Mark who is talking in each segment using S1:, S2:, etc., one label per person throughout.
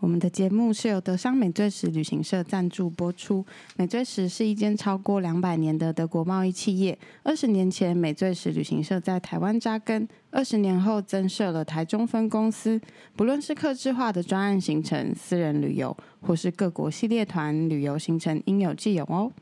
S1: 我们的节目是由德商美最时旅行社赞助播出。美最时是一间超过两百年的德国贸易企业。二十年前，美最时旅行社在台湾扎根，二十年后增设了台中分公司。不论是客制化的专案行程、私人旅游，或是各国系列团旅游行程，应有尽有哦。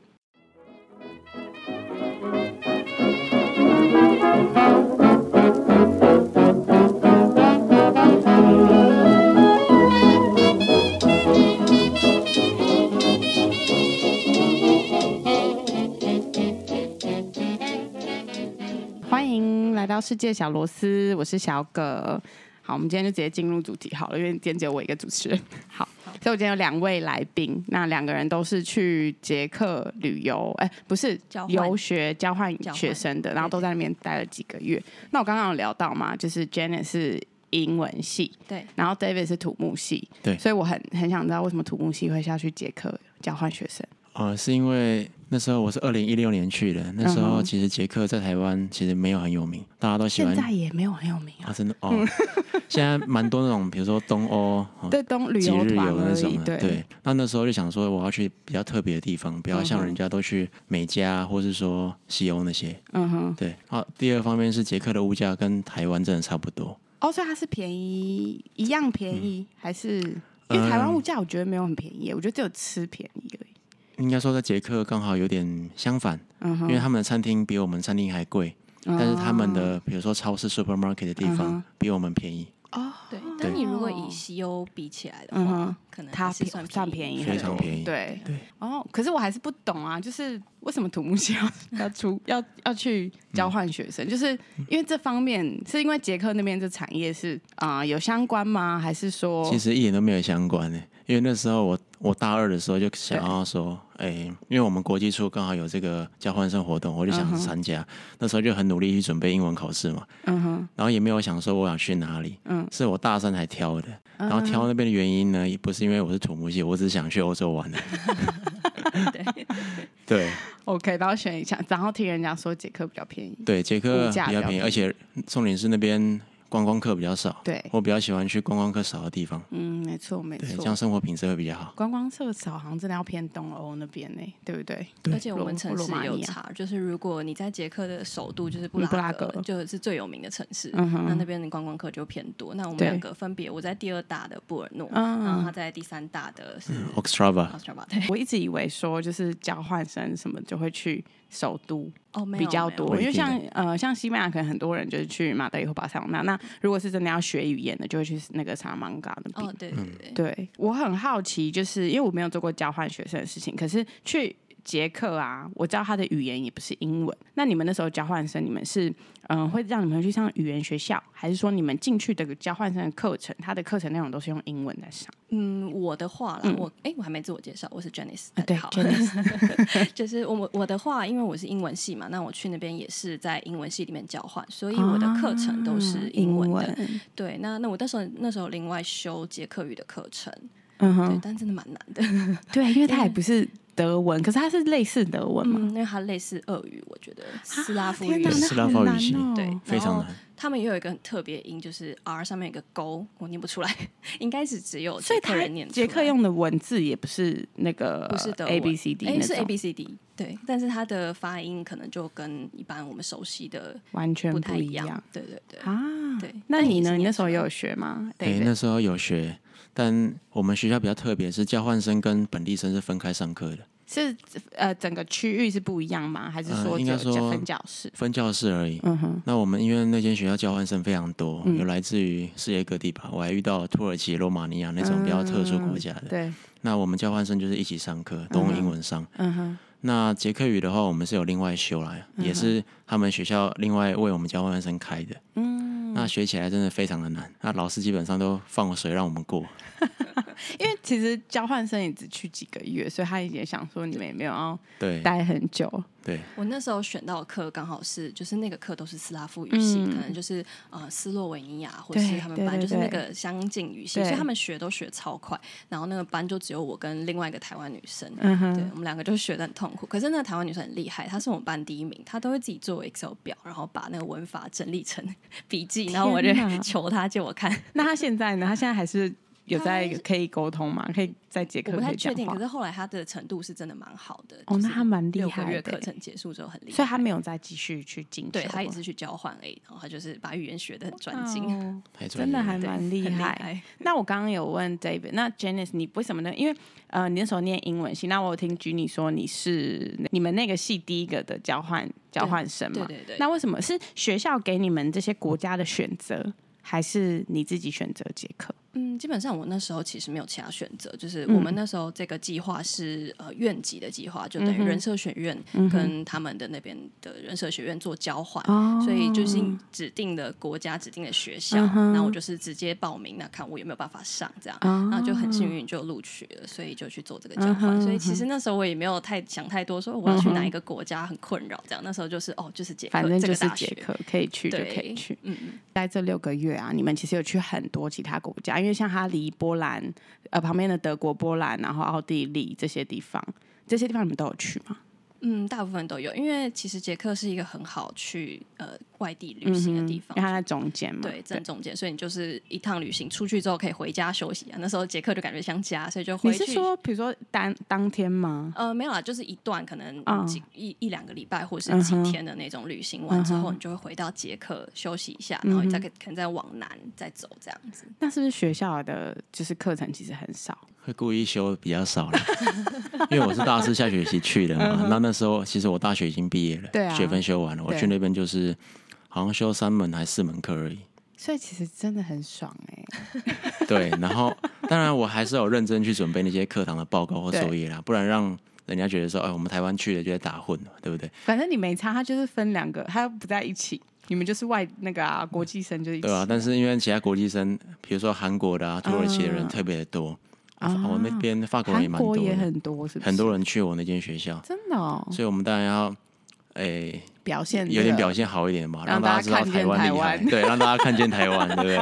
S1: 欢迎来到世界小螺丝，我是小葛。好，我们今天就直接进入主题好了，因为今天只有我一个主持人。好，所以我今天有两位来宾，那两个人都是去捷克旅游，哎，不是
S2: 交换
S1: 游学交换
S2: 交换
S1: 学生的，然后都在那边待了几个月。那我刚刚有聊到嘛，就是 Janet 是英文系，
S2: 对，
S1: 然后 David 是土木系，
S3: 对
S1: 所以我很很想知道为什么土木系会下去捷克交换学生。
S3: 啊、是因为那时候我是二零一六年去的，那时
S1: 嗯
S3: 候
S1: 哼
S3: 其实捷克在台湾其实没有很有名，大家都喜
S1: 现
S3: 欢
S1: 在也没有很有名啊，
S3: 啊，真的哦， 现在蛮多那种，比如说东欧、哦、
S1: 对东旅
S3: 几
S1: 游
S3: 日
S1: 团
S3: 游
S1: 而
S3: 那种
S1: 已，
S3: 的，对。那那时候就想说，我要去比较特别的地方，不要像人家都去美加或是说西欧那些，
S1: 嗯哼，
S3: 对。啊，第二方面是捷克的物价跟台湾真的差不多，
S1: 哦，所以它是便宜，一样便宜，
S3: 嗯
S1: 还是因为台湾物价我觉得没有很便宜耶，我觉得只有吃便宜而已。
S3: 应该说在捷克刚好有点相反，
S1: 嗯
S3: 因
S1: 哼，
S3: 为他们的餐厅比我们餐厅还贵，但是他们的比如说超市 supermarket 的地
S1: 嗯
S3: 方
S1: 哼
S3: 比我们便宜。
S1: 哦，
S2: 对，
S3: 对
S2: 但你如果以西欧比起来的
S1: 嗯
S2: 话，
S1: 哼
S2: 可能
S1: 它
S2: 还是
S1: 便算便宜很
S3: 非
S1: 多
S3: 常便宜
S1: 对对。哦，可是我还是不懂啊，就是为什么土木系要要出 要要去交换学生，就是因为这方面是因为捷克那边这产业是啊、呃有相关吗？还是说
S3: 其实一点都没有相关呢，因为那时候我我大二的时候就想要说，哎、
S1: 嗯
S3: 因为我们国际处刚好有这个交换生活动，我就想参加。那时候就很努力去准备英文考试嘛，
S1: 嗯哼
S3: 然后也没有想说我想去哪里，
S1: 嗯
S3: 是我大三才挑的。然后挑那边的原因呢，也不是因为我是土木系，我只是想去欧洲玩 的。对
S1: OK，然后选一下，然后听人家说捷克比较便宜，
S3: 对，捷克
S1: 物
S3: 比
S1: 价
S3: 较
S1: 比较
S3: 便宜，
S1: 便宜
S3: 而且重点是那边观光客比较少。
S1: 对
S3: 我比较喜欢去观光客少的地方，
S1: 嗯，没错没
S3: 对，
S1: 错，
S3: 这样生活品质会比较好。
S1: 观光社少好像真的要偏东欧那边呢、对不 对？
S2: 而且我们城
S1: 罗马
S2: 市
S1: 尼
S2: 有
S1: 亚
S2: 查，就是如果你在捷克的首都就是布拉
S1: 布拉格
S2: 就是最有名的城市，
S1: 嗯哼
S2: 那那边的观光客就偏多。那我们
S1: 对
S2: 两个分别，我在第二大的布尔诺，
S1: 嗯
S2: 然后他在第三大的是
S3: Oxtrava，
S2: 奥斯特拉对，
S1: 我一直以为说就是交换生什么就会去首都
S2: 哦，没有
S1: 比较
S2: 没有
S1: 多，
S3: 没有
S1: 因为像
S3: 不
S1: 呃像西班牙可能很多人就是去马德里或巴塞罗那，那如果是真的要学语言的，就会去那个萨拉曼嘎那边。
S2: 哦，对对对，
S1: 对我很好奇，就是因为我没有做过交换学生的事情，可是去捷克啊，我知道他的语言也不是英文。那你们那时候交换生，你们是嗯、呃会让你们去上语言学校，还是说你们进去的交换生的课程，他的课程内容都是用英文在上？
S2: 嗯，我的话啦，我哎，我还没自我介绍，我是 Janice，大家呃好
S1: 啊 Janice
S2: 就是我我的话，因为我是英文系嘛，那我去那边也是在英文系里面交换，所以我的课程都
S1: 啊
S2: 是英文的。对，那那我那时候那时候另外修捷克语的课程，
S1: 嗯
S2: 对
S1: 哼，，
S2: 但真的蛮难的。
S1: 对，因为它也不是德文，可是它是类似德文嘛，
S2: 嗯，因为它类似俄语，我觉得斯拉夫
S1: 啊天
S2: 语
S1: 哪，
S3: 哪
S1: 那
S3: 斯拉夫
S1: 好
S3: 语
S1: 难
S3: 系
S1: 哦
S2: 对，
S3: 非常
S2: 然后
S3: 难
S2: 他们也有一个很特别音，就是 R 上面有一个勾，我念不出来，应该是只有
S1: 所以
S2: 捷
S1: 他
S2: 克人念出来。
S1: 捷克用的文字也不是那个
S2: 不是德文
S1: A B C D
S2: 哎
S1: 那
S2: 是 A
S1: 种，
S2: B C D，对，但是它的发音可能就跟一般我们熟悉的
S1: 完全
S2: 不
S1: 不
S2: 太
S1: 一
S2: 一
S1: 样。
S2: 对对对，
S1: 啊。
S2: 对
S1: 那
S2: 但
S1: 你
S2: 也是
S1: 呢？你那
S2: 念
S1: 时候
S2: 出
S1: 也
S2: 来
S1: 有学吗
S3: 诶，
S1: ？David？
S3: 那时候有学，但我们学校比较特别，是交换生跟本地生是分开上课的，
S1: 是呃，整个区域是不一样吗？还是
S3: 呃
S1: 说
S3: 应
S1: 只有
S3: 该说
S1: 加分教室？
S3: 分教室而已。
S1: 嗯哼，
S3: 那我们因为那间学校交换生非常多，有来自于世界各地吧，我还遇到土耳其、罗马尼亚那种比较特殊
S1: 嗯
S3: 国家的。
S1: 对，
S3: 那我们交换生就是一起上课，都用英文上。
S1: 嗯哼，嗯
S3: 那捷克语的话，我们是有另外修来，也是他们学校另外为我们交换生开的。嗯，那学起来真的非常的难，那老师基本上都放水让我们过。
S1: 因为其实交换生也只去几个月，所以他也想说你们也没有要
S3: 对
S1: 待很久。
S3: 对，
S2: 我那时候选到的课刚好是，就是那个课都是斯拉夫语系，
S1: 嗯
S2: 可能就是呃斯洛维尼亚或
S1: 对
S2: 是他们班
S1: 对对
S2: 就是那
S1: 对
S2: 个相近语系，
S1: 对
S2: 所以他们学都学超快。然后那个班就只有我跟另外一个台湾女生，
S1: 嗯
S2: 对
S1: 哼，
S2: 我们两个就学的很痛苦。可是那个台湾女生很厉害，她是我们班第一名，她都会自己做 Excel 表，然后把那个文法整理成 笔记，然后我就
S1: 天哪
S2: 求她借我看。
S1: 那他现在呢？他现在还是有在可以沟通吗？可以在捷克
S2: 我不
S1: 可
S2: 太
S1: 以
S2: 确
S1: 讲
S2: 定，
S1: 话
S2: 可是后来他的程度是真的蛮好的。
S1: 哦，那他蛮厉
S2: 六个
S1: 害
S2: 月课
S1: 的，
S2: 程结束之后很厉害，
S1: 所以他没有再继续去进修。
S2: 对他也是去交换而已，然后他就是把语言学的很专精，
S1: 哦
S3: 太专
S1: 真
S3: 业
S1: 的
S3: 了。
S1: 还
S2: 对
S1: 蛮
S2: 很
S1: 厉
S2: 厉
S1: 害。。那我刚刚有问 David，那 Janice 你为什么呢？因为呃，你那时候念英文系，那我有听 j u n y 说你是你们那个系第一个的交换交换生
S2: 对
S1: 嘛？
S2: 对对，
S1: 那为什么是学校给你们这些国家的选择，还是你自己选择捷克？
S2: 嗯，基本上我那时候其实没有其他选择，就是我
S1: 嗯
S2: 们那时候这个计划是呃院级的计划，就等于人社学院
S1: 嗯
S2: 跟他们的那边的人社学院做交换，
S1: 哦嗯
S2: 所以就是指定的国家、指定的学校，那我就是直接报名，那看我有没有办法上这样，
S1: 哦
S2: 那就很幸运就录取了，所以就去做这个
S1: 嗯
S2: 交换。所以其实那时候我也没有太想太多，说我要去哪一个国家很困扰这样，那时候就是哦，就是捷克，
S1: 反正就
S2: 这
S1: 是
S2: 个大
S1: 捷
S2: 学。
S1: 克，可以去就
S2: 对，
S1: 可以去。
S2: 嗯，嗯
S1: 在这六个月啊，你们其实有去很多其他国家，因为像它离波兰呃旁边的德国、波兰，然后奥地利这些地方，这些地方你们都有去吗？
S2: 嗯，大部分都有，因为其实捷克是一个很好去呃外地旅行的地方，
S1: 嗯因为它在中间嘛。
S2: 对，正中间，所以你就是一趟旅行出去之后可以回家休息啊。那时候捷克就感觉像家，所以就
S1: 你
S2: 回去。
S1: 是说比如说当当天吗？
S2: 呃，没有啦，就是一段可能
S1: 啊
S2: 几、一一两个礼拜或是
S1: 嗯
S2: 几
S1: 哼
S2: 天的那种旅行完之
S1: 嗯
S2: 后，
S1: 哼嗯
S2: 你就会回到捷克休息一下，然后再可可能再往南再走这样子。
S1: 那是不是学校的就是课程其实很少？
S3: 会故意修比较 少了，因为我是大四下学期去的嘛。那那时候其实我大学已经毕业了，
S1: 嗯对啊
S3: 学分修完了，我
S1: 对
S3: 去那边就是好像修三门还是四门课而已。
S1: 所以其实真的很爽哎、
S3: 对，然后当然我还是有认真去准备那些课堂的报告或作业啦，不然让人家觉得说，哎，我们台湾去了就在打混了，对不对？
S1: 反正你没差，它就是分两个，它又不在一起，你们就是外那个啊国际生就是一起。
S3: 对啊，但是因为其他国际生，比如说韩国的啊、土耳其的人特别的多，啊我那边法国人也
S1: 嗯韩
S3: 蛮多
S1: 国也
S3: 的，
S1: 很多，是不是？
S3: 很多人去我那间学校，
S1: 真的哦，
S3: 所以我们当然要，哎。
S1: 表现这个
S3: 有点表现好一点嘛，
S1: 让
S3: 让
S1: 大家
S3: 大家知道
S1: 看见
S3: 台湾厉害
S1: 台湾，
S3: 对，让大家看见台湾，对不 对？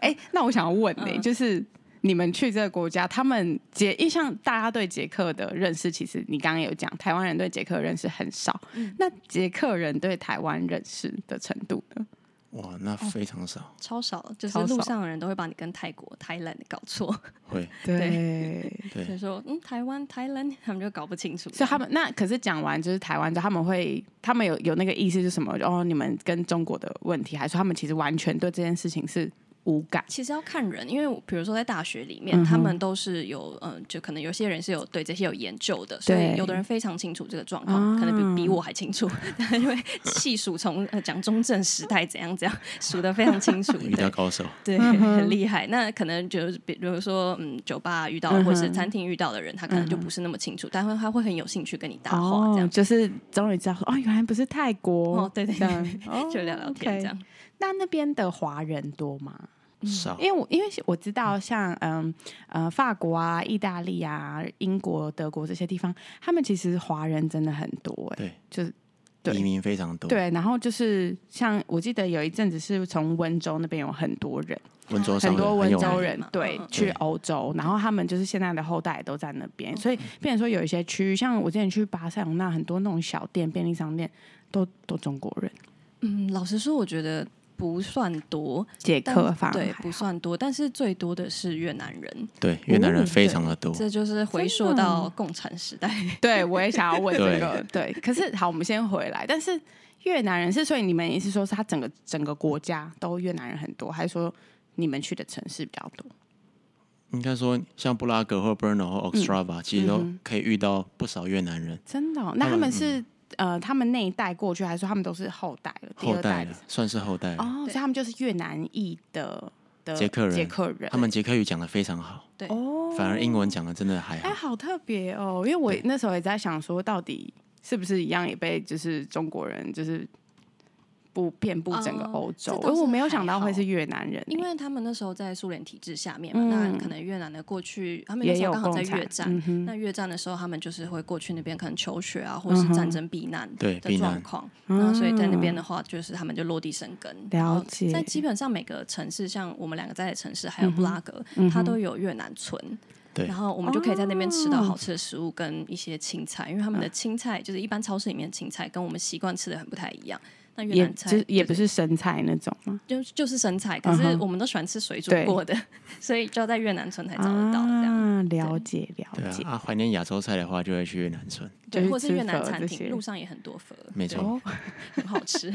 S1: 哎、那我想要问
S2: 嗯
S1: 你、就是你们去这个国家，他们捷，因为像大家对捷克的认识，其实你刚刚有讲，台湾人对捷克的认识很少。
S2: 嗯
S1: 那捷克人对台湾认识的程度呢？
S3: 哇，那非常少，
S2: 超少，就是
S1: 超
S2: 路
S1: 少
S2: 上的人都会把你跟泰国、泰兰搞错，
S3: 会
S1: 对，
S2: 所以
S3: 对，
S2: 说嗯，台湾、泰兰他们就搞不清楚。
S1: 所以他们那可是讲完就是台湾之后，他们会他们有有那个意思是什么？哦，你们跟中国的问题，还是说他们其实完全对这件事情是无感？
S2: 其实要看人，因为我比如说在大学里
S1: 嗯
S2: 面，他们都是有嗯、呃就可能有些人是有对这些有研究的，所
S1: 对啊
S2: 以有的人非常清楚这个状况，可能比比我还清楚， 因为细数从呃蒋中正时代怎样怎样数的非常清楚，
S3: 遇到
S2: 对
S3: 高手，
S1: 嗯
S2: 对，很厉害。那可能就是比如说嗯，酒吧遇到或是餐厅遇到的人，他可能就
S1: 嗯
S2: 不是那么清楚，但会他会很有兴趣跟你搭
S1: 哦
S2: 话这样。
S1: 就是终于知道说哦，原来不是泰国
S2: 哦，对对
S1: 这 样
S2: 对，
S1: 哦
S2: 就聊聊天
S1: OK
S2: 这样。
S1: 那那边的华人多吗？
S3: 少
S1: 嗯因为我因为我知道像嗯呃法国啊、意大利啊、英国、德国这些地方，他们其实华人真的很多哎、
S3: 对
S1: 就是对
S3: 移民非常多，
S1: 对，然后就是像我记得有一阵子是从温州那边有很多人，
S3: 温州商
S1: 很
S3: 人
S1: 多温
S3: 哦有
S1: 州
S3: 名
S1: 人
S2: 嘛
S1: 对
S2: 嗯嗯
S1: 去
S3: 对
S1: 欧洲，然后他们就是现在的后代也都在那边，所以变成说有一些区域，像我之前去巴塞罗那，很多那种小店、便利商店都都中国人，
S2: 嗯，老实说，我觉得不算多，
S1: 捷
S2: 但
S1: 克法
S2: 对不算多，但是最多的是越南人，
S3: 对越南人非常的多，
S2: 这就是回溯
S1: 哦
S2: 到共产时 代。
S1: 对，我也想要问这
S3: 对
S1: 个。对，可是好，我们先回来。但是越南人是，所以你们意思说是他整个整个国家都越南人很多，还是说你们去的城市比较多？
S3: 应该说像布拉格或 Brno 或 Ostrava，其实都可以遇到不少越南人，
S1: 真的哦、那他们是、
S3: 嗯
S1: 呃，他们那一代过去，还是说他们都是后代了？第
S3: 后
S1: 二代
S3: 代
S1: 的
S3: 了，算是后代了，
S1: 哦，所以他们就是越南裔的的
S3: 捷克人
S1: 捷克人
S3: 他们捷克语讲的非常好，
S1: 哦，
S3: 反而英文讲的真的还
S1: 哎，
S3: 好，
S1: 好特别哦，因为我那时候也在想说，到底是不是一样也被就是中国人就是。不遍布整个
S2: 哦
S1: 欧洲，
S2: 这
S1: 因
S2: 倒
S1: 为我
S2: 是
S1: 没有
S2: 还
S1: 想到会
S2: 好
S1: 是越南人欸，
S2: 因为他们那时候在苏联体制下面
S1: 嗯
S2: 嘛，那可能越南的过去，他们那
S1: 也
S2: 时
S1: 有
S2: 候刚好
S1: 共
S2: 在
S1: 产，
S2: 越战。
S1: 嗯哼嗯
S2: 那越战的时候，他们就是会过去那边可能求学啊，或是战争避难
S3: 对
S2: 的
S3: 避难
S2: 哎状况。那所以在那边的话，就是他们就落地生根。然后
S1: 解嗯
S2: 在基本上每个城市，像我们两个在的城市，还有布拉格，它都有越南村。
S3: 对
S2: 然后我们就可以在那边吃
S1: 哦
S2: 到好吃的食物跟一些青菜，因为他们的青菜就是一般超市里面的青菜跟我们习惯吃的很不太一样。那越
S1: 也
S2: 南菜
S1: 就也不是生菜那种嘛。
S2: 就就是生菜，可是
S1: 嗯哼
S2: 我们都喜欢吃水煮
S1: 对
S2: 过的， 所以就要在越南村才找得到这样。
S1: 啊，了解
S3: 对
S1: 了解
S3: 啊，啊，怀念亚洲菜的话，就会去越南村，
S1: 就
S2: 对，
S1: 是
S2: 或是
S1: 吃
S2: 越南
S1: 麸
S2: 餐
S1: 这些
S2: 厅路上也很多粉，
S3: 没错。
S1: 哦。
S2: 很好 吃。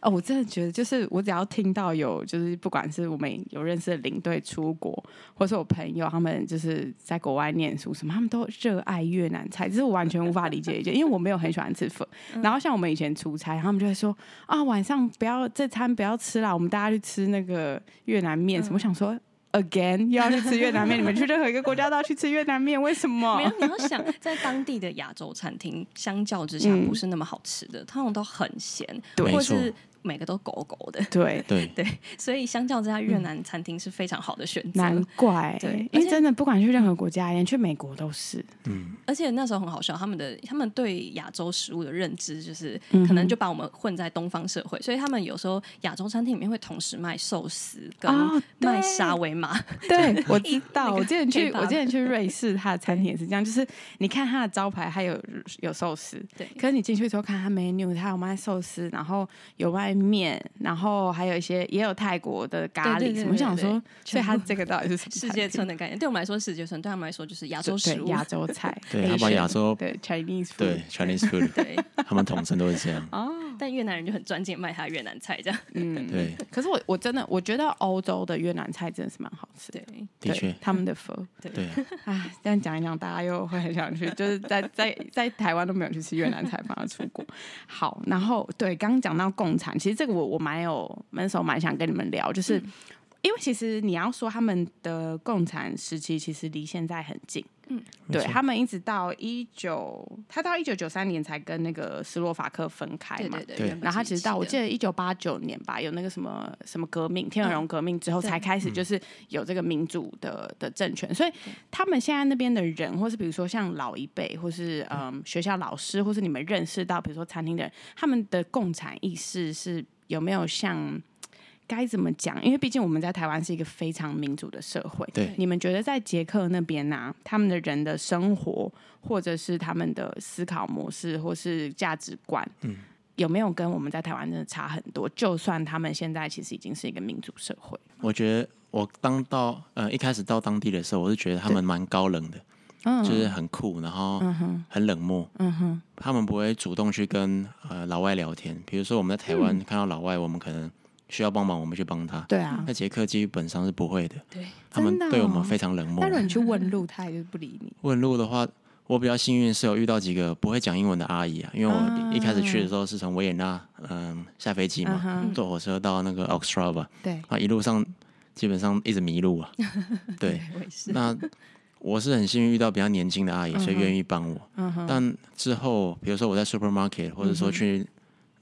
S1: 哦，我真的觉得，就是我只要听到有，就是不管是我们有认识的领队出国，或是我朋友他们就是在国外念书什么，他们都热爱越南菜，这是我完全无法理解的一点，因为我没有很喜欢吃粉。
S2: 嗯
S1: 然后像我们以前出差，他们就会说啊，晚上不要这餐不要吃啦，我们大家去吃那个越南面什
S2: 嗯
S1: 么。我想说，again 又要去吃越南面，你们去任何一个国家都要去吃越南面，为什么
S2: 没？有，你要想在当地的亚洲餐厅，相较之下
S1: 嗯
S2: 不是那么好吃的，它们都很咸，
S3: 对
S2: 或
S3: 没
S2: 是
S3: 错
S2: 每个都狗狗的，
S1: 对，
S3: 对，
S2: 所以相较之下，越南餐厅是非常好的选择。
S1: 难怪
S2: 对，
S1: 因
S2: 而
S1: 为
S2: 且
S1: 真的不管去任何国家，连去美国都是。
S2: 而且那时候很好笑，他们的他们对亚洲食物的认知就是，
S1: 嗯哼
S2: 可能就把我们混在东方社会，所以他们有时候亚洲餐厅里面会同时卖寿司跟
S1: 哦对
S2: 卖沙威玛，
S1: 对，我知道。
S2: 个
S1: 我之前去，
S2: K-pop
S1: 我之 前去瑞士，它的餐厅也是这样，就是你看它的招牌，它有有寿司，
S2: 对
S1: 可是你进去之后看它 menu，它有卖寿司，然后有卖面，然后还有一些也有泰国的咖
S2: 对对
S1: 喱
S2: 对
S1: 什么。我
S2: 对
S1: 想
S2: 对
S1: 说，所以
S2: 全
S1: 它
S2: 部
S1: 这个到底是什么
S2: 世
S1: 餐
S2: 界
S1: 厅
S2: 村的概念，对我们来说是世界村，对他们来说就是亚
S1: 对
S2: 洲食物。
S1: 亚洲 菜，
S3: 对他把
S1: Asian，
S3: 亚洲
S1: 对 Chinese food，
S3: 对 Chinese food，
S2: 对，
S3: 他们统称都是这样。
S2: 但越南人就很专精卖他越南菜这样。
S1: 嗯。
S3: 对，
S1: 可是我我真的我觉得欧洲的越南菜真的是蛮好吃的，
S2: 对，
S3: 的
S1: 对
S3: 确，
S1: 他们的粉。
S3: 对 啊，
S1: 啊，这样讲一讲，大家又会很想去，就是在在在台湾都没有去吃越南菜，反而出国。好，然后对，刚刚讲到共产，其实这个我我蛮有那时候蛮想跟你们聊，就是、
S2: 嗯
S1: 因为其实你要说他们的共产时期，其实离现在很近，
S2: 嗯
S3: 没
S1: 对
S3: 错
S1: 他们一直到一九，他到一九九三年才跟那个斯洛伐克分开
S2: 对
S1: 嘛
S2: 对。对
S3: 对
S2: 原本
S1: 然后他
S2: 是
S1: 其
S2: 一
S1: 实到
S2: 起
S1: 我
S2: 的
S1: 记得一九八九年吧，有那个什么什么革命，天鹅绒革命之后
S2: 嗯对
S1: 才开始就是有这个民主的的政权，所以他们现在那边的人，或是比如说像老一辈，或是嗯学校老师，或是你们认识到，比如说餐厅的人，他们的共产意识是有没有像？该怎么讲？因为毕竟我们在台湾是一个非常民主的社会。
S3: 对
S1: 你们觉得在捷克那边呢、他们的人的生活，或者是他们的思考模式，或是价值观，有没有跟我们在台湾真的差很多？就算他们现在其实已经是一个民主社会，
S3: 我觉得我当到呃一开始到当地的时候，我是觉得他们蛮高冷的，
S1: 嗯
S3: 就是很酷，然后很冷漠，他们不会主动去跟呃老外聊天。比如说我们在台湾看到老外，我们可能需要帮忙，我们去帮他。
S1: 嗯对啊。
S3: 那捷克基本上是不会的，
S2: 对
S3: 他们
S1: 真的哦
S3: 对我们非常冷漠
S1: 但。如果你去问路，他也就是不理你。
S3: 问路的话，我比较幸运是有遇到几个不会讲英文的阿姨啊，因为我一一开始去的时候是从维也纳嗯、下飞
S1: 嗯
S3: 机嘛，坐火车到那个 Ostrava，
S1: 对，
S3: 啊一路上基本上一直迷路啊，对，
S2: 我也是。
S3: 那我是很幸运遇到比较年轻的
S1: 嗯
S3: 阿姨，所以愿意帮我。但之后，比如说我在 supermarket，或者说去、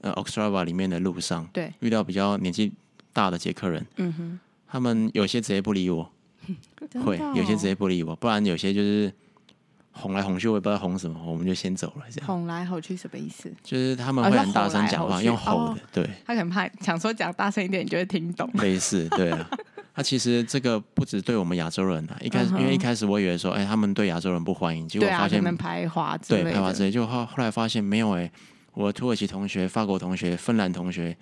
S1: 嗯
S3: 呃 Ostrava 里面的路上，
S1: 对，
S3: 遇到比较年纪大的捷克人，
S1: 嗯哼，
S3: 他们有些直接不理我，
S1: 真的
S3: 会
S1: 哦
S3: 有些直接不理我，不然有些就是哄来哄去，我也不知道哄什么，我们就先走了，这样。
S1: 哄来哄去什么意思？
S3: 就是他们
S1: 哦
S3: 会
S1: 是
S3: 很大
S1: 吼
S3: 声
S1: 来
S3: 讲
S1: 吼
S3: 话，
S1: 去
S3: 用吼
S1: 哦
S3: 的，对，
S1: 他可能怕想说讲大声一点，你就会听懂。
S3: 类似，对啊。那、其实这个不只对我们亚洲人啊，一开始、因为一开始我以为说，哎、他们对亚洲人不欢迎，结
S1: 嗯
S3: 果
S1: 对啊，
S3: 发
S1: 可
S3: 现
S1: 能排华之
S3: 对，
S1: 类
S3: 拍华之
S1: 的。
S3: 类，就后后来发现没有哎、我土耳其同学、法国同学、芬兰同学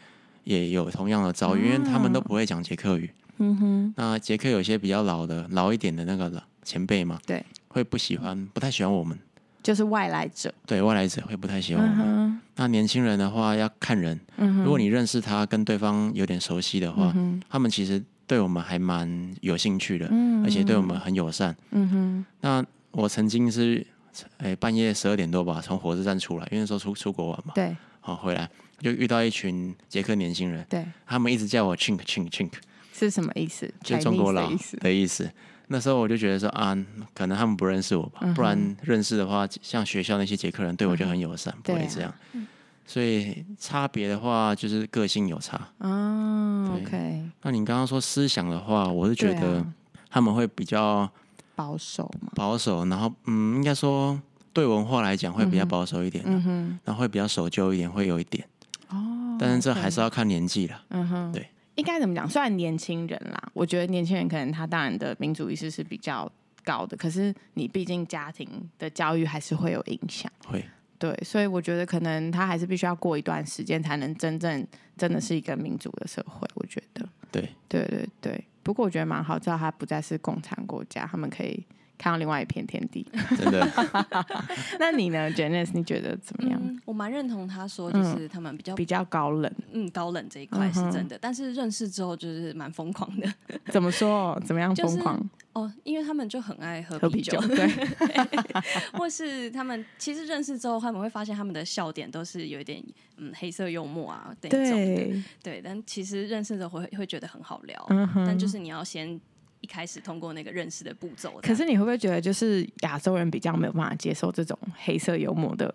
S3: 也有同样的遭遇，因为他
S1: 嗯
S3: 们都不会讲捷克语。嗯哼，那捷克有些比较老的、老一点的那个老前辈嘛，
S1: 对，
S3: 会不喜欢、不太喜欢我们，
S1: 就是外来者。
S3: 对外来者会不太喜欢
S1: 嗯
S3: 我们。那年轻人的话要看人，如果你认识他，跟对方有点熟悉的话，他们其实对我们还蛮有兴趣的，而且对我们很友善。嗯哼，那我曾经是。哎，半夜十二点多吧，从火车站出来，因为那时候出出国玩嘛，
S1: 对
S3: 好、回来就遇到一群捷克年轻人，
S1: 对，
S3: 他们一直叫我 chink chink chink，
S1: 是什么意思？
S3: 就是中国
S1: Chinese 的
S3: 佬
S1: 意思。
S3: 的意思。那时候我就觉得说啊，可能他们不认识我吧，
S1: 嗯
S3: 不然认识的话，像学校那些捷克人对我就很友善，不
S1: 对
S3: 会
S1: 啊
S3: 这样。所以差别的话，就是个性有差。
S1: 哦
S3: 对
S1: ，OK，
S3: 那你刚刚说思想的话，我是觉
S1: 对
S3: 得
S1: 啊
S3: 他们会比较
S1: 保守嘛。
S3: 保守，然后嗯，应该说对文化来讲会比较保守一点，啊
S1: 嗯哼，
S3: 然后会比较守旧一点，会有一点。
S1: 哦，
S3: 但是这还是要看年纪啦。
S1: 嗯哼，
S3: 对，
S1: 应该怎么讲？虽然年轻人啦，我觉得年轻人可能他当然的民主意识是比较高的，可是你毕竟家庭的教育还是会有影响。
S3: 会，
S1: 对，所以我觉得可能他还是必须要过一段时间，才能真正真的是一个民主的社会。我觉得，
S3: 对
S1: 对对对。不过我觉得蛮好，知道他不再是共产国家，他们可以看到另外一片天地。
S3: 真的。
S1: 那你呢，Janice？你 觉得怎么样？嗯
S2: 嗯、我蛮认同他说，就是他们比较、
S1: 比较高冷，
S2: 嗯，高冷这一块是真的。但是认识之后，就是蛮疯狂的。
S1: 怎么说？怎么样疯狂？
S2: 就是哦，因为他们就很爱喝
S1: 喝
S2: 啤
S1: 啤
S2: 酒，
S1: 酒，对，
S2: 或是他们其实认识之后，他们会发现他们的笑点都是有一点嗯黑色幽默啊那种的，
S1: 对，
S2: 对。但其实认识之后会会觉得很好聊，
S1: 嗯哼
S2: 但就是你要先一开始通过那个认识的步骤。
S1: 可是你会不会觉得，就是亚洲人比较没有办法接受这种黑色幽默的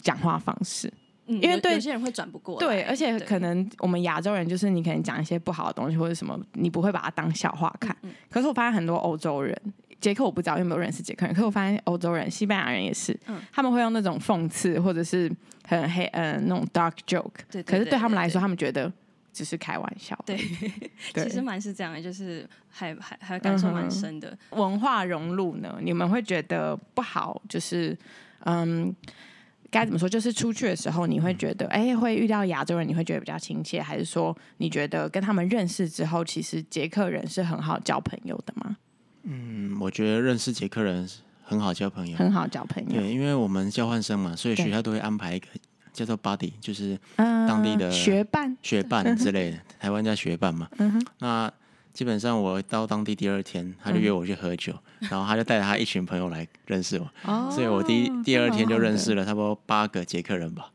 S1: 讲话方式？
S2: 嗯
S1: 因为
S2: 有
S1: 对
S2: 有些人会转不过来，
S1: 对，而且
S2: 对
S1: 可能我们亚洲人就是你可能讲一些不好的东西或者什么，你不会把它当笑话看。
S2: 嗯
S1: 可是我发现很多欧洲人，捷克我不知道有没有认识捷克人，可是我发现欧洲人、西班牙人也是，
S2: 嗯
S1: 他们会用那种讽刺或者是很黑呃那种 dark joke，
S2: 对对
S1: 可是对他们来
S2: 对
S1: 说，他们觉得只是开玩笑。
S2: 对，
S1: 对嗯
S2: 其实蛮是这样的，就是还还还感受蛮深的。
S1: 文化融入呢，你们会觉得不好，就是嗯。该怎么说？就是出去的时候，你会觉得，
S3: 嗯
S1: 哎、会遇到亚洲人，你会觉得比较亲切，还是说你觉得跟他们认识之后，其实捷克人是很好交朋友的吗？
S3: 嗯，我觉得认识捷克人很好交朋友，
S1: 很好交朋友，
S3: 嗯对，因为我们交换生嘛，所以
S1: 对
S3: 学校都会安排一个叫做 buddy，就是
S1: 嗯，
S3: 当地的
S1: 学伴，
S3: 学
S1: 嗯
S3: 伴之类的，台湾叫学伴嘛。那基本上我到当地第二天，他就
S1: 嗯
S3: 约我去喝酒，然后他就带着他一群朋友来认识我，
S1: 哦
S3: 所以我第一第二天就认识
S1: 了。
S3: 了差不多八个捷克人吧。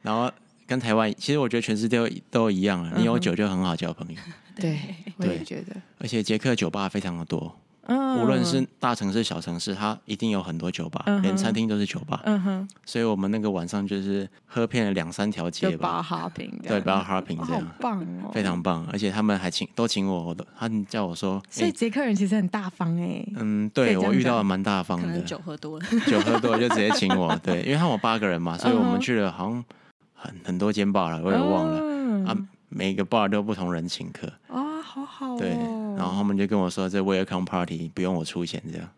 S3: 然后跟台湾，其实我觉得全世界都都一样啊了，
S1: 嗯
S3: 你有酒就很好交朋友，
S1: 对，我也
S3: 对
S1: 觉得，
S3: 而且捷克酒吧非常的多，
S1: 嗯
S3: 无论是大城市、小城市，它一定有很多酒吧，连餐厅都是酒吧。
S1: 嗯哼，
S3: 所以我们那个晚上就是喝遍了两三条街
S1: 就
S3: 吧，
S1: 包哈平这
S3: 对，
S1: 样，
S3: 不要 hopping 这
S1: 好
S3: 样，
S1: 棒哦，
S3: 非。常棒。而且他们还请都请我，我都他们叫我说，
S1: 所以
S3: 欸
S1: 捷克人其实很大方哎、
S3: 嗯，
S1: 可以
S3: 对
S1: 这样
S3: 我遇到了蛮大方
S2: 可
S3: 的
S2: 能，酒喝多了，
S3: 酒喝多了就直接请 我，对，因为他们有八个人
S1: 嗯
S3: 嘛，所以我们去了好像很很多间 bar 了，我也忘了、
S1: 了
S3: 啊，每个 bar 都不同人请客，
S1: 啊，好嗯好哦。
S3: 对，然后他们就跟我说这 welcome party 不用我出钱这样，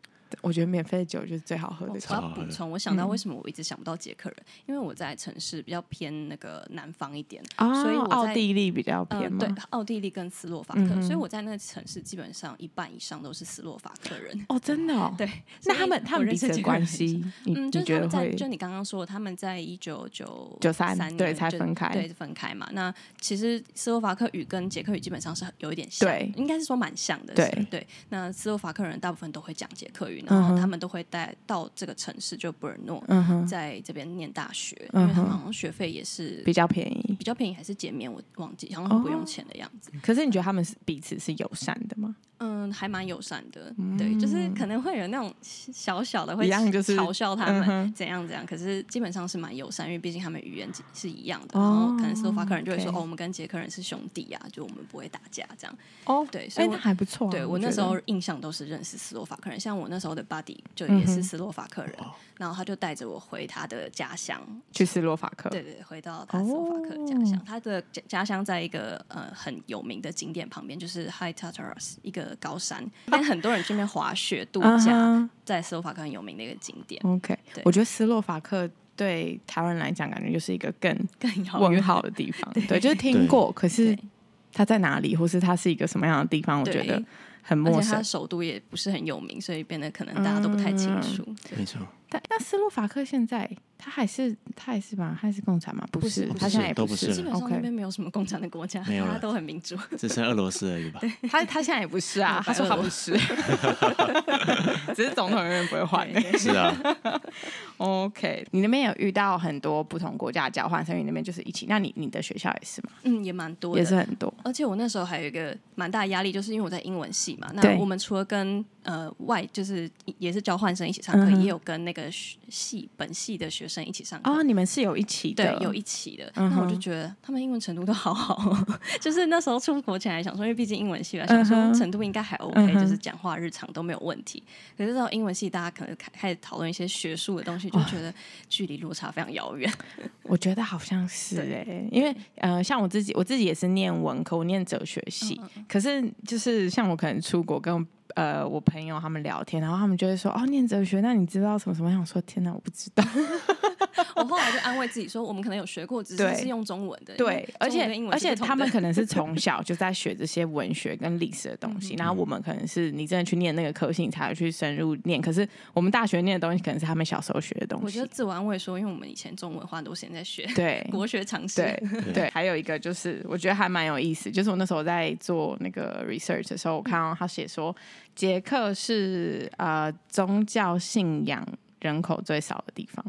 S1: 我觉得免费的酒就是最好喝
S2: 我
S1: 的
S2: 我
S1: 酒。
S3: 超
S2: 要
S3: 好喝
S2: 补充，
S1: 嗯
S2: 我想到为什么我一直想不到捷克人，因为我在城市比较偏那个南方一点，
S1: 啊
S2: 所以我在
S1: 奥地利比较偏
S2: 嗯，
S1: 嘛。
S2: 对，奥地利跟斯洛伐克，
S1: 嗯
S2: 所以我在那个城市基本上一半以上都是斯洛伐 克人。
S1: 哦，真的哦。
S2: 对，
S1: 那
S2: 所以
S1: 他们他
S2: 我
S1: 们
S2: 认
S1: 彼
S2: 识
S1: 此的
S2: 这个
S1: 关
S2: 人
S1: 系，你
S2: 嗯，就
S1: 你
S2: 是他
S1: 觉得
S2: 们在
S1: 会
S2: 就你刚刚说他们在一九九
S1: 93
S2: 年
S1: 对才
S2: 就
S1: 分开
S2: 对分开嘛。那其实斯洛伐克语跟捷克语基本上是有一点像，
S1: 对
S2: 应该是说蛮像的。
S1: 对
S2: 是对，那斯洛伐克人大部分都会讲捷克语，
S1: 嗯
S2: 然
S1: 哼
S2: 后他们都会带到这个城市就布尔诺，
S1: 嗯哼
S2: 在这边念大学，因
S1: 嗯
S2: 为他们
S1: 哼
S2: 好像学费也是
S1: 比哦较便宜？
S2: 比较便宜，还是减免，我忘记，好像不用钱的样子。
S1: 可是你觉得他们是彼此是友善的吗？
S2: 嗯，还蛮友善的，对，就是可能会有那种小小的会
S1: 嗯一样就是
S2: 嘲笑他们、
S1: 嗯哼
S2: 怎样怎样，可是基本上是蛮友善，因为毕竟他们语言是一样的，
S1: 哦
S2: 然后可能斯洛伐克人就会说
S1: OK
S2: 哦，我们跟捷克人是兄弟啊，就我们不会打架这样。
S1: 哦
S2: 对所
S1: 哎，
S2: 以
S1: 那
S2: 我
S1: 还不错啊。
S2: 对我
S1: 觉
S2: 那时
S1: 得
S2: 候印象都是认识斯洛伐克人，像我那时候的 buddy 就
S1: 嗯
S2: 也
S1: 哼
S2: 是斯洛伐克人，然后他就带着我回他的家乡，
S1: 去斯洛伐克，
S2: 对对，回到他斯洛伐克的家
S1: 哦
S2: 乡。他的家家乡在一个呃很有名的景点旁边，就是 High Tatras 一个高山，但很多人去那边滑雪度
S1: 嗯
S2: 假，
S1: 哼
S2: 在斯洛伐克很有名的一个景点，
S1: ，OK，
S2: 对
S1: 我觉得斯洛伐克对台湾来讲，感觉就是一个更
S2: 更遥
S1: 问
S2: 远。
S1: 号的地 方。对，就是听过，可是
S2: 对
S1: 它在哪里，或是它是一个什么样的地方，我觉
S2: 对
S1: 得很
S2: 而
S1: 陌
S2: 且
S1: 生
S2: 它。首都也不是很有名，所以变得可能大家都不太清楚。
S1: 嗯
S2: 对
S3: 没错，
S1: 但那斯洛伐克现在他还是他还是吧，他还是共产吗？不
S2: 不
S1: 是
S2: 是，不
S1: 他
S3: 是
S1: 现在也
S3: 都不
S1: 是
S3: 是
S2: 基本上那边没有什么共产的国家，
S3: 没有
S2: 大家
S3: 了
S2: 都很民主。
S3: 只剩俄罗斯而已吧。
S1: 他他现在也不是啊，他说他不是， 只是总统永远不会换。
S3: 是啊，
S1: OK，你那边有遇到很多不同国家的交换生，所以你那边就是一起。那你你的学校也是吗？
S2: 嗯，也蛮多的，
S1: 也是很多。
S2: 而且我那时候还有一个蛮大的压力，就是因为我在英文系嘛，
S1: 对
S2: 那我们除了跟呃外就是也是交换生一起上课，
S1: 嗯哼
S2: 也有跟那个学系本系的学生一起上课。
S1: 哦，你们是有一起
S2: 对
S1: 的，，
S2: 有一起的，
S1: 嗯哼
S2: 那我就觉得他们英文程度都好好、 哦，就是那时候出国前还想说，因为毕竟英文系嘛，想
S1: 嗯
S2: 说
S1: 哼
S2: 程度应该还 OK，、
S1: 嗯哼
S2: 就是讲话日常都没有问题。可是到英文系，大家可能开开始讨论一些学术的东西，就觉得距离落差非常遥远。
S1: 我觉得好像是
S2: 对
S1: 哎、因为呃，像我自己，我自己也是念文科，我念哲学系。
S2: 嗯
S1: 可是就是像我可能出国跟呃我朋友他们聊天，然后他们就会说哦，念哲学，那你知道什么什么？我想说天哪，我不知道。
S2: 我后来就安慰自己说，我们可能有学过，只
S1: 对
S2: 是是用中文的。因
S1: 对
S2: 为，
S1: 欸而
S2: 中文
S1: 且
S2: 跟英文
S1: 而
S2: 是
S1: 且
S2: 不同
S1: 他们
S2: 的
S1: 可能 是从小就在学这些文学跟历史的东
S2: 嗯
S1: 西，然后我们可能是你真的去念那个科系，你才会去深入念。可是我们大学念的东西，可能是他们小时候学的东
S2: 我觉
S1: 西
S2: 得。自我安慰说，因为我们以前中文花很多时间在学
S1: 对，
S2: 国学常识，
S1: 对对，还有一个就是我觉得还蛮有意思，就是我那时候在做那个 research 的时候，我看到他写说捷克是呃宗教信仰人口最少的地方，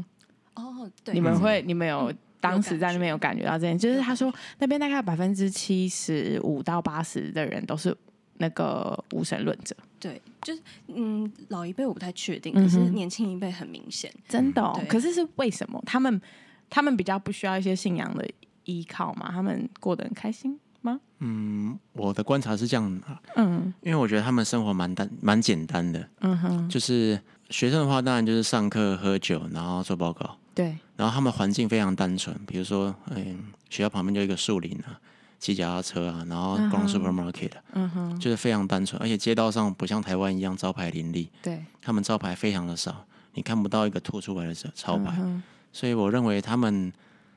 S2: 哦，对，
S1: 你们会你们嗯有。当时
S2: 感
S1: 在那
S2: 觉
S1: 边有感觉到这件，就是他说那边大概百分之七十五到八十的人都是那个无神论者，
S2: 对，就是嗯，老一辈我不太确定，可是
S1: 嗯哼
S2: 年轻一辈很明显。
S1: 真的、哦
S2: 对。
S1: 可是是为什么？他们他们比较不需要一些信仰的依靠嘛？他们过得很开心吗？
S3: 嗯，我的观察是这样，
S1: 嗯
S3: 因为我觉得他们生活蛮单蛮简单的，
S1: 嗯哼，
S3: 就是学生的话，当然就是上课、喝酒，然后做报告。
S1: 对，
S3: 然后他们环境非常单纯，比如说，嗯，学校旁边就一个树林啊，骑脚踏车啊，然后逛 supermarket，、啊
S1: 嗯哼，
S3: 就是非常单纯，而且街道上不像台湾一样招牌林立，
S1: 对。
S3: 他们招牌非常的少，你看不到一个凸出来的招牌，
S1: 嗯
S3: 所以我认为他们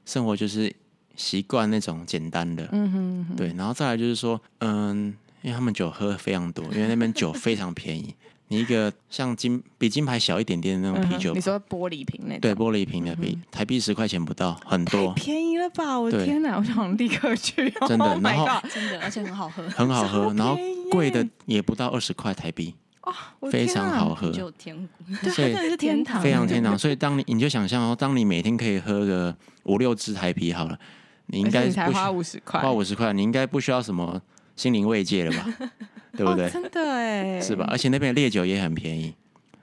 S3: 生活就是习惯那种简单的，
S1: 嗯哼，嗯
S3: 对，然后再来就是说，嗯，因为他们酒喝非常多，因为那边酒非常便宜，你一个像金比金牌小一点点的那
S1: 嗯哼
S3: 种啤酒，
S1: 你说嗯玻璃瓶那种
S3: 对，玻璃瓶的比、台币十块钱不到，很
S1: 太
S3: 多，
S1: 便宜了吧！我的
S3: 对
S1: 天哪，我 想立刻去。
S3: 真的
S1: Oh my
S3: 然后
S1: God
S2: 真的，而且 很好喝，
S3: 很好喝，然后
S1: 便宜耶
S3: 贵的也不到二十块台币，
S1: 我的
S3: 非
S1: 天
S3: 常
S1: 啊
S3: 好喝，
S2: 就天谷。
S3: 所以
S1: 真的是天堂，
S3: 非常天堂。所以当你你就想象哦，当你每天可以喝个五六支台啤好了，你应
S1: 而且
S3: 该
S1: 你才
S3: 不需
S1: 花五十块，
S3: 花五十块，你应该不需要什么心灵慰藉了吧？对不对
S1: 哦？真的哎，
S3: 是吧？？而且那边的烈酒也很便宜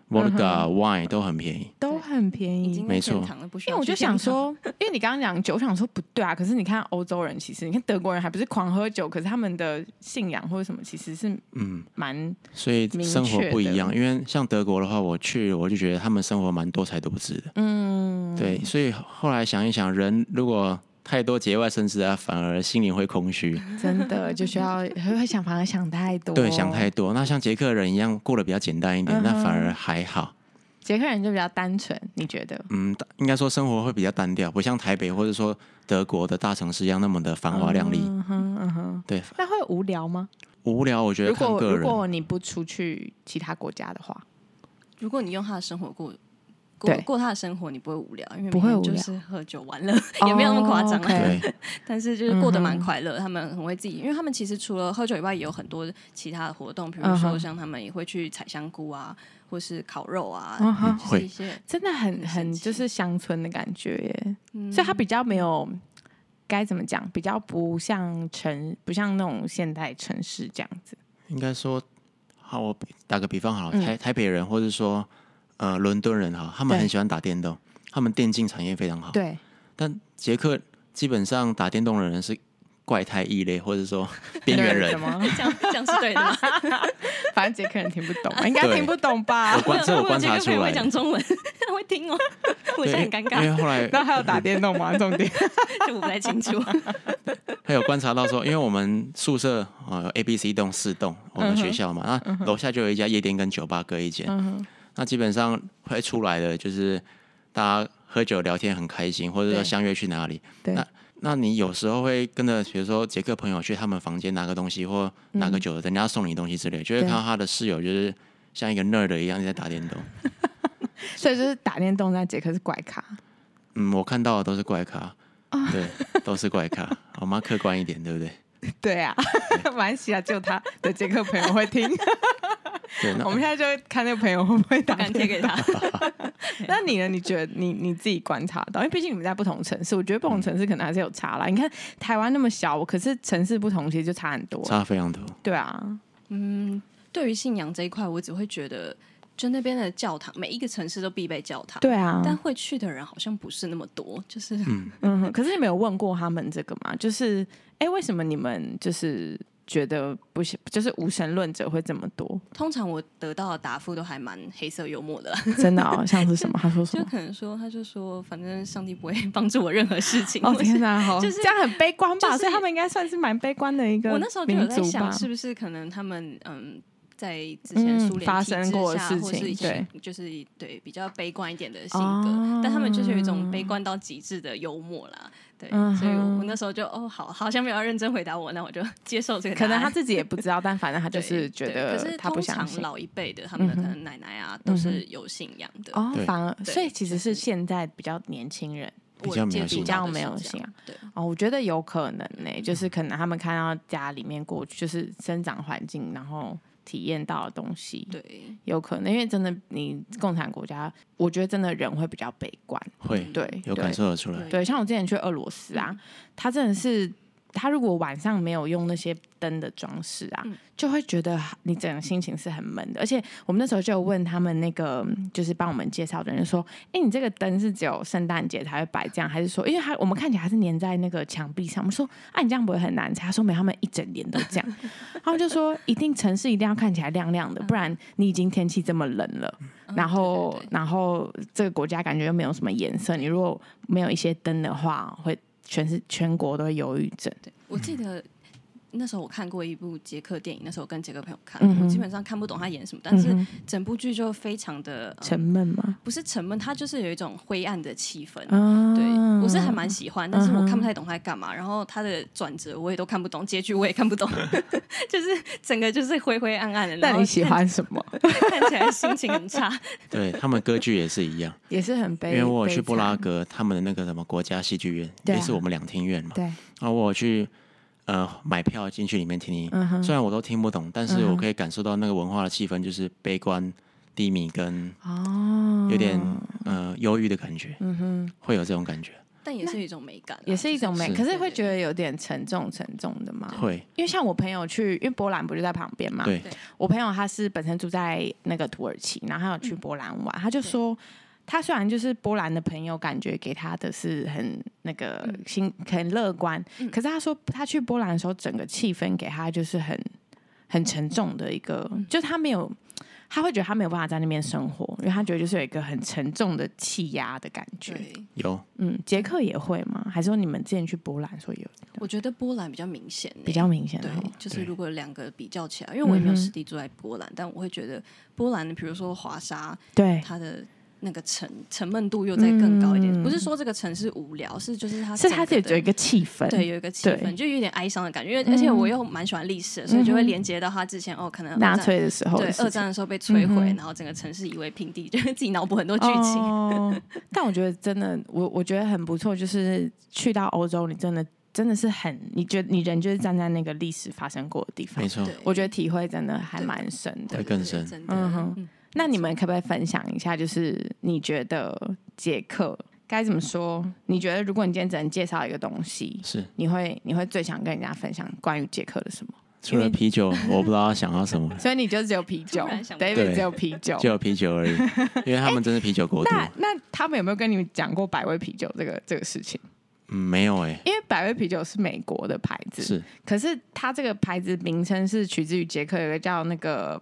S3: ，vodka、wine
S1: 嗯
S3: 都很便宜。
S1: 都很便
S2: 已
S1: 宜
S2: 经。
S3: 没
S2: 在天
S3: 错
S2: 堂了，不需
S1: 因
S2: 要
S1: 为我
S2: 去
S1: 就
S2: 天
S1: 想
S2: 堂，
S1: 说，因为你刚刚讲酒，我想说不对啊。可是你看欧洲人，其实你看德国人还不是狂喝酒，可是他们的信仰或者什么，其实是
S3: 嗯，
S1: 蛮
S3: 所以
S1: 明
S3: 生活
S1: 确
S3: 不
S1: 的
S3: 一样。因为像德国的话，我去我就觉得他们生活蛮多才多姿的。
S1: 嗯，
S3: 对，所以后来想一想，人如果太多节外生枝啊，反而心灵会空虚，
S1: 真的就需要会会想，反而想太多，
S3: 对，想太多。那像捷克人一样过得比较简单一点，那
S1: 哦
S3: 反
S1: 嗯
S3: 而
S1: 哼
S3: 还好。
S1: 捷克人就比较单纯，你觉得？
S3: 嗯，应该说生活会比较单调，不像台北或者说德国的大城市一样那么的繁华亮丽。
S1: 嗯哼嗯哼，
S3: 对，
S1: 那会无聊吗？
S3: 无聊我觉得
S1: 如
S3: 看
S1: 果
S3: 个
S1: 如
S3: 人。
S1: 果你不出去其他国家的话，
S2: 如果你用他的生活过。过
S1: 对
S2: 过他的生活，你不会无聊，因为
S1: 不会
S2: 每天
S1: 无
S2: 就
S1: 聊
S2: 是喝酒玩乐，也没有那么夸张
S1: 哦
S2: 啊。
S1: ，OK 嗯
S3: 对，
S2: 但是就是过得蛮快乐，他们很会自己，因为他们其实除了喝酒以外，也有很多其他的活动，比如
S1: 嗯
S2: 说
S1: 哼
S2: 像他们也会去采香菇啊，或是烤肉啊，
S1: 嗯哼
S2: 就是一些
S1: 真的很嗯很
S2: 很神奇
S1: 就是乡村的感觉耶，
S2: 嗯
S1: 所以它比较没有该怎么讲，比较不像城，不像那种现代城市这样子。
S3: 应该说，好，我比打个比方好了，
S1: 嗯
S3: 台台北人或者说呃伦敦人哈，他们
S1: 对
S3: 很喜欢打电动，他们电竞产业非常好。
S1: 对，
S3: 但捷克基本上打电动的人是怪胎异类，或者说 边缘人。
S1: 吗？
S2: 这样这样是对的吗？
S1: 反正捷克人听不懂， 应该
S3: 对
S1: 听不懂吧
S3: 我？观这我观
S2: 杰
S3: 察
S2: 克
S3: 出
S2: 朋友
S3: 来
S2: 会
S3: 的
S2: 讲，中文， 他会听哦，我
S3: 对
S2: 现在很尴
S3: 因为
S2: 尬，
S3: 后来
S1: 那还有 打电动吗？重点
S2: 就我不 太清楚。
S3: 还有观察到说，因为我们宿舍呃 A、B、C 栋四栋，
S1: 嗯
S3: 我们学校嘛，那楼下就有一家夜店跟酒吧各一间。
S1: 嗯
S3: 那基本上会出来的就是大家喝酒聊天很开心，或者说
S1: 对
S3: 相约去哪里。
S1: 对
S3: 那那你有时候会跟着，比如说捷克朋友去他们房间拿个东西或拿个酒，人家送你东西之类，就会
S1: 对
S3: 看到他的室友就是像一个 nerd 一样在 打电动。
S1: 所以就是打电动在捷克是怪咖。
S3: 嗯，我看到的都是怪咖，
S1: 啊
S3: 对，都是 怪咖。我们要客观一点，对不对？
S1: 对啊， 蛮喜啊，只有他的捷克朋友会听。
S3: 对，那
S1: 我们现在就会看那个朋友会不会打
S2: 敢
S1: 电
S2: 贴
S1: 动
S2: 给他，
S1: 那你呢？你觉得你你自己观察到，因为毕竟你们在不同城市，我觉得不同城市可能还是有差啦。你看台湾那么小，可是城市不同，其实就差很多。
S3: 差非常多。
S1: 对啊，
S2: 嗯，对于信仰这一块，我只会觉得，就那边的教堂，每一个城市都必备教堂，
S1: 对啊。
S2: 但会去的人好像不是那么多，就是
S1: 嗯哼，可是你没有问过他们这个吗？就是，哎、为什么你们就是觉得不行，就是无神论者会这么 多？
S2: 通常我得到的答复都还蛮黑色幽默的 啦，
S1: 真的哦，像是什么？他说什
S2: 就
S1: 么？
S2: 可能说，他就说，反正上帝不会帮助我任何事情。
S1: 哦
S2: 或是
S1: 天哪，好，
S2: 就是
S1: 这样很悲观吧？
S2: 就是
S1: 所以他们应该算是蛮悲观的一个
S2: 我那时候就有
S1: 民
S2: 在
S1: 族吧
S2: 想，？是不是可能他们嗯在之前苏
S1: 嗯
S2: 联
S1: 发
S2: 体制
S1: 生过的
S2: 下
S1: 事
S2: 或是
S1: 情
S2: 一些就是对比较悲观一点的性格，
S1: 哦
S2: 但他们就是有一种悲观到极致的幽默啦。对，
S1: 嗯哼
S2: 所以我我那时候就哦，好，好像没有要认真回答我，那我就 接受这个答
S1: 可
S2: 案。
S1: 能他自己也不 知道，但反正他就
S2: 对
S1: 是觉
S2: 对
S1: 得
S2: 可是
S1: 他不
S2: 通
S1: 相
S2: 常
S1: 信。嗯
S2: 老一辈的他们的可能奶奶啊，都是有信仰的。
S1: 哦
S3: 对，
S1: 反而
S2: 对
S1: 所以其实
S2: 就
S1: 是
S2: 是
S1: 现在比较年轻人
S2: 我
S3: 比较没有
S2: 接触
S3: 信
S2: 到
S1: 仰
S2: 的
S1: 比较没
S2: 是
S1: 有
S2: 这
S1: 信
S2: 样
S1: 仰
S2: 对，
S1: 哦，我觉得有可能呢、
S2: 嗯
S1: 就是可能他们看到家里面过去就是生长环境，然后体验到的东西，
S2: 对，
S1: 有可能，因为真的你共产国家，我觉得真的人会比较悲观，
S3: 会
S1: 对，
S3: 有
S1: 对
S3: 感受得出来。
S1: 对，像我之前去俄罗斯啊，他真的是，他如果晚上没有用那些灯的装饰啊，
S2: 嗯
S1: 就会觉得你整个心情是很闷的。而且我们那时候就有问他们那个，就是帮我们介绍的人说，哎、你这个灯是只有圣诞节才会摆这样，还是说，因为他我们看起来还是粘在那个墙壁上，我们说，啊，你这样不会很难拆？他说没有，他们一整年都这样。他们就说，一定城市一定要看起来亮亮的，不然你已经天气这么冷了。然后，
S2: 对对
S1: 然后这个国家感觉又没有什么颜色，你如果没有一些灯的话，会全是全国都会忧郁症。
S2: 我
S1: 嗯
S2: 记得那时候我看过一部捷克电影，那时候我跟捷克朋友看，
S1: 嗯哼
S2: 我基本上看不懂他演什么，但是
S1: 嗯哼
S2: 整部剧就非常的、呃
S1: 沉闷吗？
S2: 不是沉闷，它就是有一种灰暗的气氛。
S1: 啊，嗯
S2: 对，我是还蛮喜欢，但是我看不太懂他在干嘛。然后他的转折我也都看不懂，结局我也看不懂， 就是整个就是灰灰暗暗的。
S1: 那
S2: 然后
S1: 你喜
S2: 看
S1: 欢什么？
S2: 看起来心情很差。
S3: 对他们歌剧也是一样，
S1: 也是很 悲，
S3: 因为我有去布拉
S1: 格，
S3: 格，他们的那个什么国家戏剧院，
S1: 对啊
S3: 也是我们两厅院嘛。
S1: 对，
S3: 啊，我有去呃买票进去里面听听，
S1: 嗯哼
S3: 虽然我都听不懂，但是
S1: 嗯
S3: 我
S1: 哼
S3: 可以感受到那个文化的气氛，就是悲观、低迷跟
S1: 哦，
S3: 有点、呃忧郁的感觉，
S1: 嗯哼，
S3: 会有这种感觉。
S2: 但也是一种美感啊、
S1: 也是一种美，
S3: 是
S1: 可是会觉得有点沉重沉重的嘛。
S3: 会，
S1: 因为像我朋友去，因为波兰不就在旁边嘛，
S3: 对
S2: 对
S1: 我朋友他是本身住在那个土耳其，然后他有
S2: 嗯
S1: 去波兰玩，他就说。他虽然就是波兰的朋友，感觉给他的是很那个
S2: 嗯
S1: 心很乐观，
S2: 嗯
S1: 可是他说他去波兰的时候，整个气氛给他就是很很沉重的一个，
S2: 嗯
S1: 就他没有，他会觉得他没有办法在那边生活，因为他觉得就是有一个很沉重的气压的感觉。
S2: 对，
S3: 有
S1: 嗯，捷克也会吗？还是说你们之前去波兰说有
S2: 我觉得波兰比较明显欸、
S1: 比较明显的
S2: 对
S1: 哦？，
S2: 就是
S3: 对
S2: 如果两个比较起来，因为我也没有
S1: 嗯哼
S2: 实地住在波兰，但我会觉得波兰，比如说华沙，
S1: 对，
S2: 它的那个沉沉闷度又再更高一点。
S1: 嗯
S2: 不是说这个城市无聊，是就是它
S1: 是他自己
S2: 整个
S1: 有
S2: 的
S1: 一个气氛，
S2: 对，有一个气
S1: 对嗯
S2: 氛，就有点哀伤的感觉。因为而且我又蛮喜欢历史的，所以就会连接到他之前哦，可能二
S1: 纳
S2: 战
S1: 粹的时候
S2: 对
S1: 的事情，
S2: 二战的时候被摧毁，
S1: 嗯哼
S2: 然后整个城市夷为平地，就是 自己脑补很多剧情。
S1: 哦、 但我觉得真的，我我觉得很不错，就是去到欧洲，你真的真的是很，你觉得你人就是站在那个历史发生过的地方
S3: 没，错
S2: 对，，
S1: 我觉得体会真的还蛮深的
S2: 对
S3: 会。更
S2: 对
S3: 深
S2: 真的，
S1: 嗯哼
S2: 嗯，
S1: 那你们可不可以分享一下，就是你觉得捷克该怎么说？你觉得如果你今天只能介绍一个东西，
S3: 是
S1: 你会你会最想跟人家分享关于捷克的 什么？
S3: 除了啤 酒，我不知道他想要什么，
S1: 所以你就只有 啤酒
S2: 突然想不到
S1: ，David
S3: 对
S1: 只有啤酒。
S3: 就有啤酒 而已，因为他们真是啤酒国度。
S1: 哎那那他们有没有跟你们讲过百威啤酒这个这个事情？
S3: 嗯，没有 哎、
S1: 因为百威啤酒是美国的牌子，
S3: 是
S1: 可是它这个牌子名称是取自于捷克有个叫那个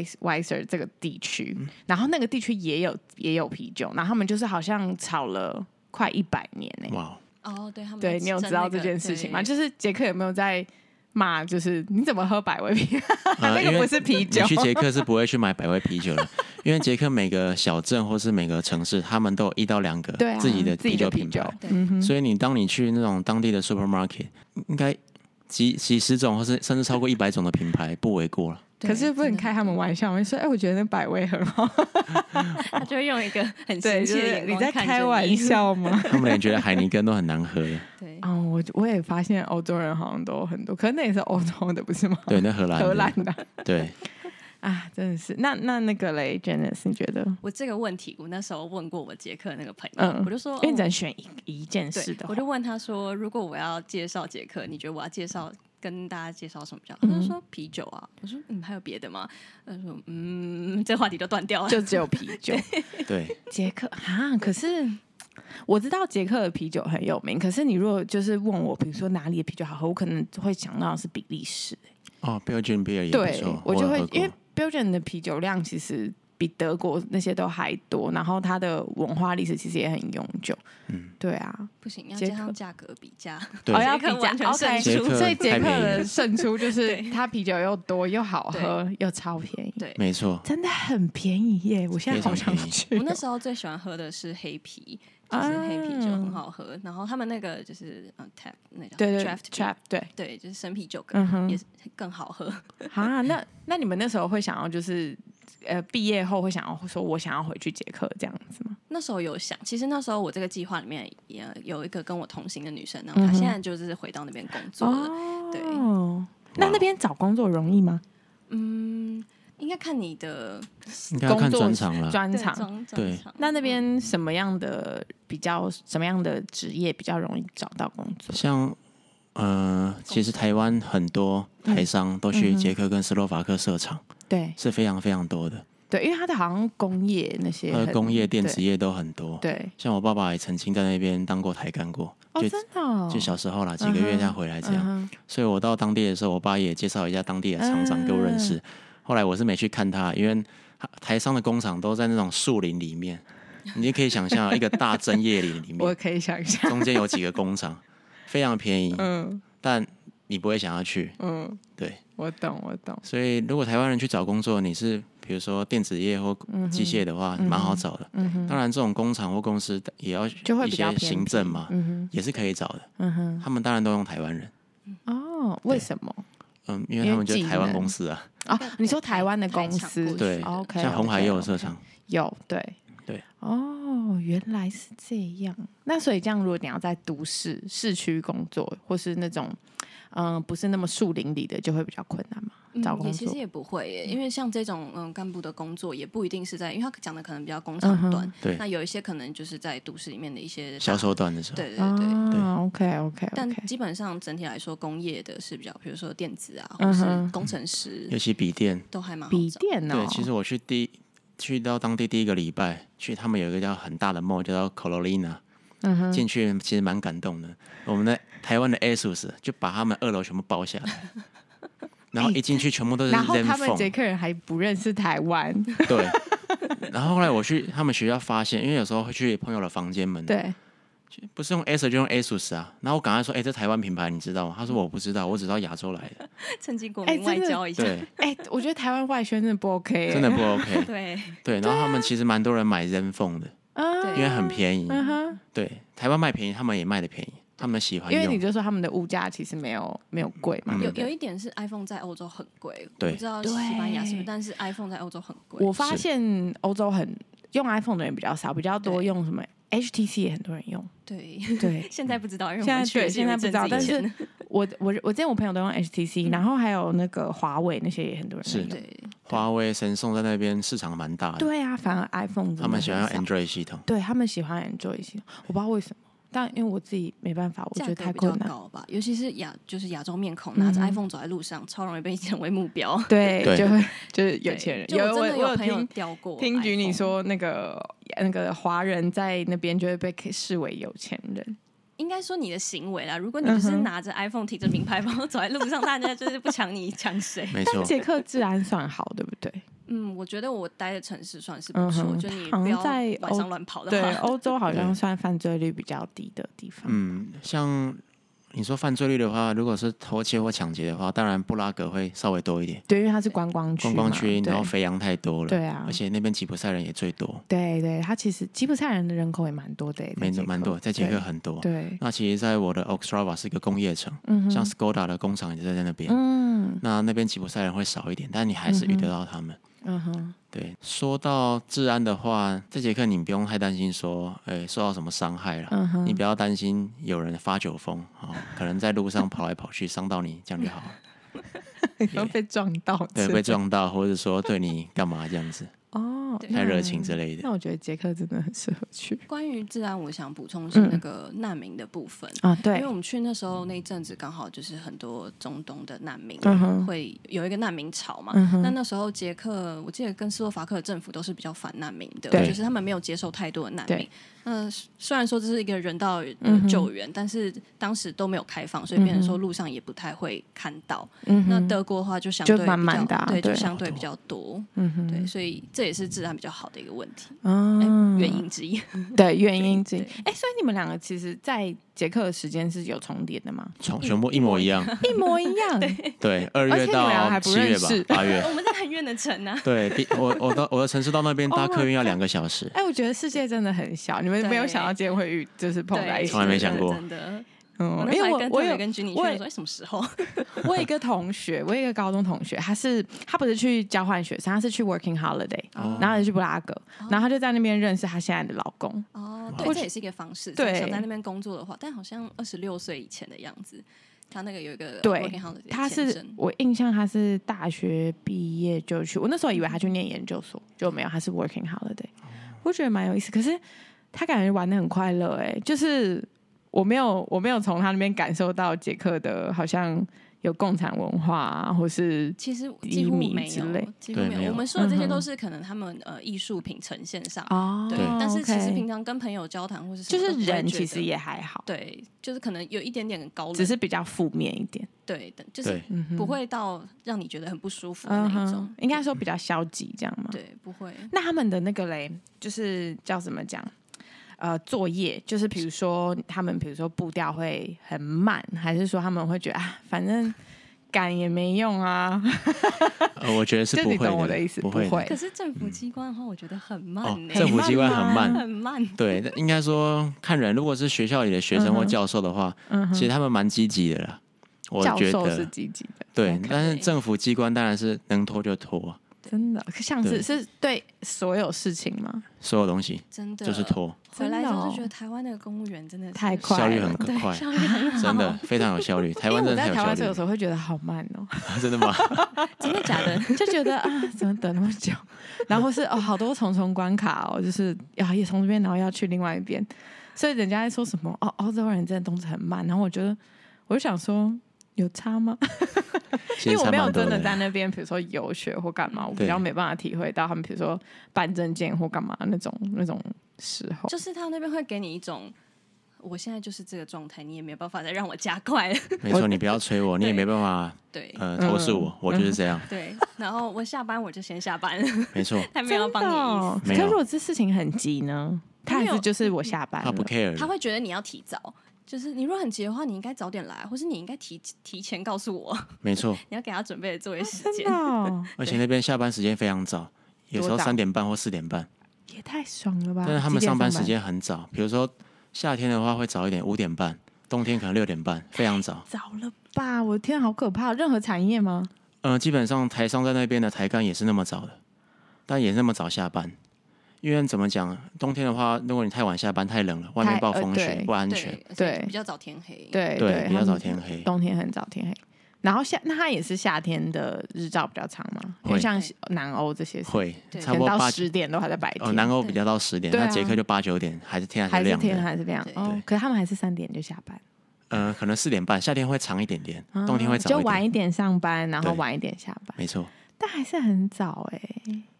S1: Budweiser 这个地区，
S3: 嗯
S1: 然后那个地区也有也有啤酒，然后他们就是好像炒了快一百年呢、
S3: 哇，
S2: 哦，对他们
S1: 对你有
S2: 争
S1: 知道
S2: 那
S1: 这
S2: 个
S1: 件事情吗？
S2: 对
S1: 就是捷克有没有在骂？就是你怎么喝百威啤？
S3: 呃
S1: 那
S3: 因
S1: 个不
S3: 为
S1: 是啤
S3: 你
S1: 酒，
S3: 去捷克是不会去买百威啤酒的，因为捷克每个小镇或是每个城市，他们都有一到两个
S1: 对啊，
S3: 自己的
S1: 自
S3: 啤
S1: 己
S3: 酒
S1: 的
S3: 品
S1: 啤
S3: 牌
S1: 酒，，
S2: 对
S1: 嗯哼，
S3: 所以你当你去那种当地的 supermarket，应该几几十种或是甚至超过一百种的品牌不为过了。
S2: 对
S1: 可是不能
S2: 真的
S1: 开他们玩笑，我就说，哎、我觉得那百威很好。
S2: 他 就会用一个很
S1: 对，
S2: 亲
S1: 就
S2: 切
S1: 是
S2: 的眼
S1: 你
S2: 光
S1: 在
S2: 看
S1: 开
S2: 着
S1: 玩
S2: 你，
S1: 笑吗？
S3: 他们连觉得海尼根都很难喝了，
S2: 对，
S1: 啊、我我也发现欧洲人好像都很多，可是那也是欧洲的，不是吗？
S3: 对，那荷兰的
S1: 荷兰的
S3: 对，
S1: 啊，真的是。那那那个嘞，Janice，你觉得？
S2: 我这个问题，我那时候问过我捷克那个朋友，
S1: 嗯
S2: 我就说，
S1: 因为你只
S2: 哦
S1: 能选一一件事
S2: 对
S1: 的，话，
S2: 我就问他说，如果我要介绍捷克，你觉得我要介绍跟大家介绍什么比较好？他就
S1: 嗯
S2: 说啤酒啊，我说嗯，还有别的吗？他说嗯，这话题就断掉了。
S1: 就只有啤酒。
S3: 对，
S1: 捷克啊，可是我知道捷克的啤酒很有名，可是你如果就是问我，比如说哪里的啤酒好喝，我可能会想到的是比利时。
S3: 哦，Belgian beer 也不
S1: 对
S3: 错，，
S1: 我
S3: 有
S1: 就会
S3: 喝过
S1: 因为 Belgium 的啤酒量其实。比德国那些都还多，然后它的文化历史其实也很悠久。
S3: 嗯，
S1: 对啊，
S2: 不行，要
S1: 捷
S2: 加上
S1: 克
S2: 价格比价，
S3: 对
S1: 哦，要比
S2: 捷克
S1: 价
S2: 完全
S1: ，OK，
S2: 胜
S3: 出
S1: 所以捷
S3: 捷克太
S1: 克
S3: 便宜
S1: 的
S3: 了
S1: 胜出 就是
S2: 对
S1: 它啤酒又多又好喝又超便宜，
S2: 对
S3: 没错，
S1: 真的很便宜耶！我现在
S3: 非常
S1: 好想
S3: 便宜
S1: 去哦。
S2: 我那时候最喜欢喝的是黑啤，就是
S1: 啊
S2: 黑啤酒很好喝。然后他们那个就是嗯 tap 那叫
S1: 对对
S2: draft
S1: trap 对
S2: 对，就是生啤酒
S1: 嗯
S2: 更、
S1: 哼
S2: 也是更好喝。
S1: 啊，那那你们那时候会想要就是呃毕业后会想要说我想要回去捷克这样子吗？
S2: 那时候有想，其实那时候我这个计划里面也有一个跟我同行的女生，然后她现在就是回到那边工作了。对
S1: 嗯哦，那那边找工作容易吗？
S3: 啊
S2: 嗯，应该看你的
S3: 应该要
S1: 工
S3: 看
S1: 作
S3: 专场了。
S1: 专
S2: 对
S1: 场。
S2: 专专
S3: 对
S2: 场。
S1: 那那边什么样的比较什么样的职业比较容易找到工作？
S3: 像呃，其实台湾很多台商都
S1: 嗯
S3: 去捷克跟斯洛伐克设厂，
S1: 对
S3: 是非常非常多的，
S1: 对，因为它的好像工业那些
S3: 呃，
S1: 很
S3: 工业、电子业都很多。
S1: 对对
S3: 像我爸爸也曾经在那边当过台干过，
S1: 哦，
S3: 就
S1: 真的哦
S3: 就小时候啦，几个月再回来这样。
S1: 嗯哼
S3: 所以我到当地的时候，我爸也介绍一下当地的厂长给我
S1: 嗯
S3: 认识。后来我是没去看他，因为他台商的工厂都在那种树林里面，你就可以想象一个大针叶林里
S1: 我
S3: 面，
S1: 可以想象，
S3: 中间有几个工厂，非常便宜，
S1: 嗯
S3: 但你不会想要去。
S1: 嗯，
S3: 对，
S1: 我懂我懂，
S3: 所以如果台湾人去找工作，你是比如说电子业或机械的话，蛮好找的。
S1: 嗯哼
S3: 当然，这种工厂或公司也要
S1: 就会
S3: 一
S1: 比较
S3: 些
S1: 偏僻
S3: 行政嘛，
S1: 嗯
S3: 也是可以找的。
S1: 哼嗯哼
S3: 他们当然都用台湾人，
S1: 哦，为什么？
S3: 嗯，因为
S1: 因为
S3: 他们就是
S1: 技
S3: 台湾
S1: 能
S3: 公司啊，
S1: 啊
S2: 要，
S1: 你说台湾的
S2: 台
S1: 公
S2: 厂
S1: 司
S2: 过去
S3: 对
S2: 的
S1: 哦，OK，
S3: 像红海也有
S1: OK，OK
S3: 设厂。
S1: 有对
S3: 对
S1: 哦，原来是这样。那所以这样，如果你要在都市市区工作，或是那种嗯、呃不是那么树林里的，就会比较困难嘛。找工
S2: 嗯也其
S1: 作
S2: 实也不会耶，因为像这种嗯干部的工作也不一定是在，因为他讲的可能比较工
S1: 嗯
S2: 厂端，
S3: 对
S2: 那有一些可能就是在都市里面的一些
S3: 销，售段的时候，
S2: 对对对。
S1: 啊，OK OK
S2: 但
S1: OK，
S2: 基本上整体来说，工业的是比较，比如说电子啊，或
S1: 嗯
S2: 是
S1: 哼
S2: 工程师，
S3: 尤其笔电，
S2: 都还蛮好
S1: 笔
S2: 找。
S1: 电哦呢、
S3: 对，其实我去第去到当地第一个礼拜，去他们有一个叫很大的 mall 叫做 Carolina，
S1: 嗯哼，
S3: 进去其实蛮感动的。我们的台湾的 ASUS 就把他们二楼全部包下来，然后一进去全部都是
S1: 哎然后他
S3: Zen
S1: 们捷
S3: Phone，
S1: 克人还不认识台湾，
S3: 对。然后后来我去他们学校发现，因为有时候会去朋友的房间门，
S1: 对，
S3: 不是用 ASUS 就用 ASUS 啊。然后我赶快说：“哎、这台湾品牌你知道吗？”他说：“我不知道，我只知道亚洲来的。
S2: 趁机国
S1: 哎
S2: 民外
S1: 真的
S2: 交一”下。
S3: 对，
S1: 哎、我觉得台湾外宣真的不 OK，欸、
S3: 真的不 OK。
S2: 对
S3: 对，然后他们其实蛮多人买 Zen Phone 的，
S1: 啊，
S3: 因为很便宜。
S1: 嗯哼，
S3: 对，台湾卖便宜，他们也卖的便宜，他们喜欢
S1: 因为你
S3: 用。嗯
S1: 就说他们的物价其实没有没有贵嘛，对
S2: 有
S1: 不对
S2: 有一点是 iPhone 在欧洲很贵，我
S3: 对
S2: 不知道西班牙是不
S1: 对
S2: 是，但是 iPhone 在欧洲很贵。
S1: 我发
S3: 是
S1: 现欧洲很用 iPhone 的人比较少，比较多
S2: 对
S1: 用什么 HTC 也很多人 用。
S2: 对，，
S1: 对
S2: 现在不知道， 因为我
S1: 现在
S2: 们去
S1: 对
S2: 的是
S1: 现在不知道，
S2: 一
S1: 但
S2: 阵子以前嗯
S1: 是我我我之前我朋友都用 HTC，、然后还有那个华为那些也很多人在
S3: 是
S1: 用。
S2: 对
S3: 华为、神送在那边市场蛮大的，
S1: 对啊，反而 iPhone 真的
S3: 他们喜欢用
S1: 很少
S3: Android 系统。
S1: 对他们喜欢 Android 系统，我不知道为什么，但因为我自己没办法，我
S2: 价
S1: 觉得
S2: 格
S1: 太
S2: 比较
S1: 困难。嗯
S2: 高吧，尤其是亚就是亚洲面孔，拿着 iPhone 走在路上，超容易被成为目标。
S1: 对，
S3: 对
S1: 就会就是
S2: 对
S1: 有钱人。
S2: 就我真的
S1: 我
S2: 有朋友
S1: 听
S2: 掉过 iPhone。
S1: 听局你说那个那个华人在那边就会被视为有钱人。
S2: 应该说你的行为啦，如果
S1: 嗯
S2: 你就是拿着 iPhone 提着名牌 包走在路上，大家就是不抢你抢 谁。
S3: 没
S1: 但
S3: 错，
S1: 捷克治安算好，对不 对？
S2: 嗯，我觉得我待的城市算是不错，
S1: 嗯哼
S2: 就你
S1: 好像
S2: 不要
S1: 在
S2: 晚
S1: 欧
S2: 上乱跑的
S1: 对，
S2: 话，
S1: 欧洲好像
S3: 对
S1: 算犯罪率比较低的地方。
S3: 嗯，像你说犯罪率的话，如果是偷窃或抢劫的话，当然布拉格会稍微多一点，
S1: 对，因为它是观光区嘛，
S3: 观光区，
S1: 对
S3: 然后肥羊太多了，
S1: 对啊
S3: 而且那边吉普赛人也最多，
S1: 对对，它其实吉普赛人的人口也蛮多的耶，
S3: 没
S1: 在捷克
S3: 蛮多，在捷克
S1: 对
S3: 很多。
S1: 对，
S3: 那其实，在我的 Ostrava 是一个工业城，
S1: 嗯哼
S3: 像 Skoda 的工厂也就在那边。
S1: 嗯
S3: 那那边吉普赛人会少一点，但你还是遇得到他们。
S1: 嗯哼，
S3: 对，说到治安的话，这节课你不用太担心说，诶受到什么伤害了。
S1: 嗯哼
S3: 你不要担心有人发酒疯啊、哦，可能在路上跑来跑去伤到你，这样 就好了。
S1: 然后被撞到，
S3: 对，被撞到，或者说对你干嘛这样 子，
S1: 哦，
S2: 对
S3: 太
S1: 那
S3: 热情之类的。
S1: 那我觉得捷克真的很适合去
S2: 关于治安，我想补充是那个难民的部分。
S1: 啊，
S2: 因
S1: 嗯对
S2: 为我，们去那时候那一阵子刚好就是很多中东的难民
S1: 嗯哼
S2: 会有一个难民潮嘛，
S1: 嗯哼
S2: 那那时候捷克我记得跟斯洛伐克的政府都是比较反难民的，
S1: 对
S2: 就是他们没有接受太多的难
S1: 对
S2: 民。那虽然说这是一个人道呃
S1: 嗯哼
S2: 救援，但是当时都没有开放，所以变成说路上也不太会看到。
S1: 嗯
S2: 那
S1: 哼，
S2: 德国的话就相对
S1: 就
S2: 比
S1: 慢
S2: 较
S1: 慢的啊
S2: 对，
S1: 对
S2: 就相对比较多。
S1: 嗯哼，
S2: 对，所以这这也是治安比较好的一个问题，
S1: 嗯，
S2: 哎原因之一。
S1: 对原因之一
S2: 对。
S1: 哎，所以你们两个其实，在捷克的时间是有重叠的吗？
S3: 从全部一模一样。
S1: 一模一样。
S3: 对，二
S1: 而且
S3: 月
S1: 你们俩还
S3: 到
S1: 不
S3: 七月
S1: 认
S3: 吧
S1: 识，
S3: 八月。
S2: 哦我们在很远的城啊，
S3: 对，比我我到我的城市到那边搭
S1: Oh my
S3: 客运要两个 小时。
S1: 哎，我觉得世界真的很小，你们没有
S2: 对
S1: 想到今天会遇，就是 碰在一
S2: 对，
S1: 起
S3: 从。来没想过
S2: 真的。真的我
S1: 嗯，
S2: 那
S1: 因
S2: 时
S1: 为
S2: 候
S1: 我
S2: 还跟
S1: 我
S2: 特
S1: 有
S2: 别跟君妮
S1: 我
S2: 确
S1: 也
S2: 认说，哎，什么 时候？
S1: 我有一个同学，我有一个高中同学，他是他不是去交换学生，他是去 working holiday，、
S3: 哦
S1: 然后也去布拉格，然后他就在那边认识他现在的老公。
S2: 哦，
S3: 我
S2: 对，这也是一个方式。所以
S1: 对
S2: 想在那边工作的话，但好像二十六岁以前的样子，他那个有一个
S1: 对
S2: working holiday
S1: 他
S2: 签
S1: 是
S2: 证
S1: 我印象他是大学毕业就去，我那时候以为他去念研究所，就没有，他是 working holiday，我觉得蛮有意思。可是他感觉玩的很快乐，哎，就是我没有我没有从他那边感受到捷克的好像有共产文化、啊，或是
S2: 其实
S1: 移
S2: 几乎
S1: 民
S2: 没
S1: 之类
S2: 有，几乎
S3: 对
S2: 没
S3: 没有
S2: 有。我们说的这些
S1: 嗯哼
S2: 都是可能他们呃艺术品呈现上，
S1: 哦
S2: 对。但是其实平常跟朋友交谈或是什
S1: 就
S2: 么
S1: 是
S2: 都不会
S1: 人
S2: 觉
S1: 其实
S2: 得
S1: 也还好。
S2: 对，就是可能有一点点高冷，
S1: 只是比较负面一点，
S2: 对的，就是
S3: 对，
S2: 不会到让你觉得很不舒服的
S1: 嗯
S2: 那一种
S1: 哼，。应该说比较消极这样嘛。
S2: 对，不会。
S1: 那他们的那个嘞，就是叫怎么讲？呃，作业就是比如说他们，比如说步调会很慢，还是说他们会觉得啊，反正赶也没用啊？
S3: 呃，我觉得是
S1: 就
S3: 不
S1: 你懂我
S3: 会
S1: 的意思，
S3: 不
S1: 会嗯
S3: 会的。
S2: 可是政府机关的话，我觉得很
S3: 哦
S2: 慢，呢，
S3: 政府机关
S1: 很
S3: 很
S1: 慢啊
S3: 慢。
S2: 很慢。
S3: 对，那应该说看人，如果是学校里的学生
S1: 嗯
S3: 或教授的话，其实他们蛮积极的啦。我
S1: 教
S3: 觉
S1: 授是
S3: 得
S1: 积极的，
S3: 对
S1: OK，
S3: 但是政府机关当然是能拖就拖，啊
S1: 真的像是
S3: 对
S1: 是对所有事情吗？
S3: 所有东西
S2: 真的
S3: 就是拖，
S2: 回来之后
S1: 真的哦
S2: 就觉得台湾那个公务员真的是
S1: 太快
S3: 效率
S1: 了
S3: 很
S2: 对
S3: 快，
S2: 效率很好，
S3: 真的非常有 效率。台
S1: 因为
S3: 湾
S1: 我
S3: 真的
S1: 在
S3: 很
S1: 台湾，
S3: 有
S1: 所以有时
S3: 效
S1: 候会觉得好慢哦，
S3: 率，真的 吗？
S2: 真的假的？
S1: 就觉得啊，怎么等那么久？然后是哦，好多重重关卡哦，就是啊，也从这边，然后要去另外一边，所以人家在说什么哦，澳洲人真的动作很慢。然后我觉得，我就想说，有差吗？
S3: 其
S1: 因为
S3: 实
S1: 我
S3: 差
S1: 没有
S3: 蛮多
S1: 真的
S3: 的
S1: 在
S3: 啦。
S1: 那边，比如说游学或干嘛，我比
S3: 对
S1: 较没办法体会到他们，比如说办证件或干嘛那种那种时候。
S2: 就是他那边会给你一种，我现在就是这个状态，你也没有办法再让我加 快了。
S3: 没错，你不要催我，你也没办法
S2: 对
S1: 嗯
S3: 呃投诉我，我就是这样，
S2: 对，然后我下班我就先下班了，
S3: 没错，
S1: 嗯
S2: 他没有要帮你的哦意思。
S3: 没
S1: 哦可
S3: 有
S1: 如果这事情很急呢？他还
S2: 没
S1: 是
S2: 有
S1: 就是我下班
S3: 他
S1: 了
S3: 不 care
S2: 他
S3: 的。
S2: 会觉得你要提早，就是你如果很急的话，你应该早点来，或是你应该提提前告诉我，
S3: 没错，
S2: 你要给他准备的作业时
S1: 真
S2: 间
S1: 的。哦，
S3: 而且那边下班时间非常早，有时候
S1: 多早
S3: 三点半或四点半，
S1: 也太爽了吧！
S3: 但是他
S1: 几
S3: 们
S1: 点
S3: 上班时间很早，比如说夏天的话会早一点，五点半；冬天可能六点半，非常早。
S1: 早了吧？我的天，好可怕！任何产业吗？
S3: 呃，基本上台商在那边的台干也是那么早的，但也那么早下班。因为怎么讲，冬天的话，如果你太晚下班太冷了，外
S1: 太
S3: 面暴
S1: 呃
S3: 风雪、
S1: 对
S3: 不安全
S2: 啊对，，所以
S1: 对
S2: 比较早天黑。，
S1: 对
S3: 对，比
S1: 他
S3: 较早
S1: 们
S3: 天黑。
S1: 冬天很早天黑。然后夏，那它也是夏天的日照比较长嘛，因为
S3: 会
S1: 像南欧这些是，
S3: 会
S2: 对
S3: 差
S1: 等
S3: 不多
S1: 到
S3: 八
S1: 十点都还在白天，
S3: 哦，南欧比较到十点，
S1: 对
S3: 那
S1: 啊
S3: 捷克就八九点，还是天
S1: 还
S3: 是
S1: 是
S3: 亮
S1: 天
S3: 的。
S1: 还是亮
S2: 对
S1: 哦
S3: 对。
S1: 可是他们还是三点就下班，
S3: 呃，可能四点半，夏天会长一点点，
S1: 啊
S3: 冬天会
S1: 就
S3: 早一
S1: 晚
S3: 点。
S1: 一点上班，然后
S3: 对
S1: 晚一点下班，
S3: 没错，
S1: 但还是很早哎。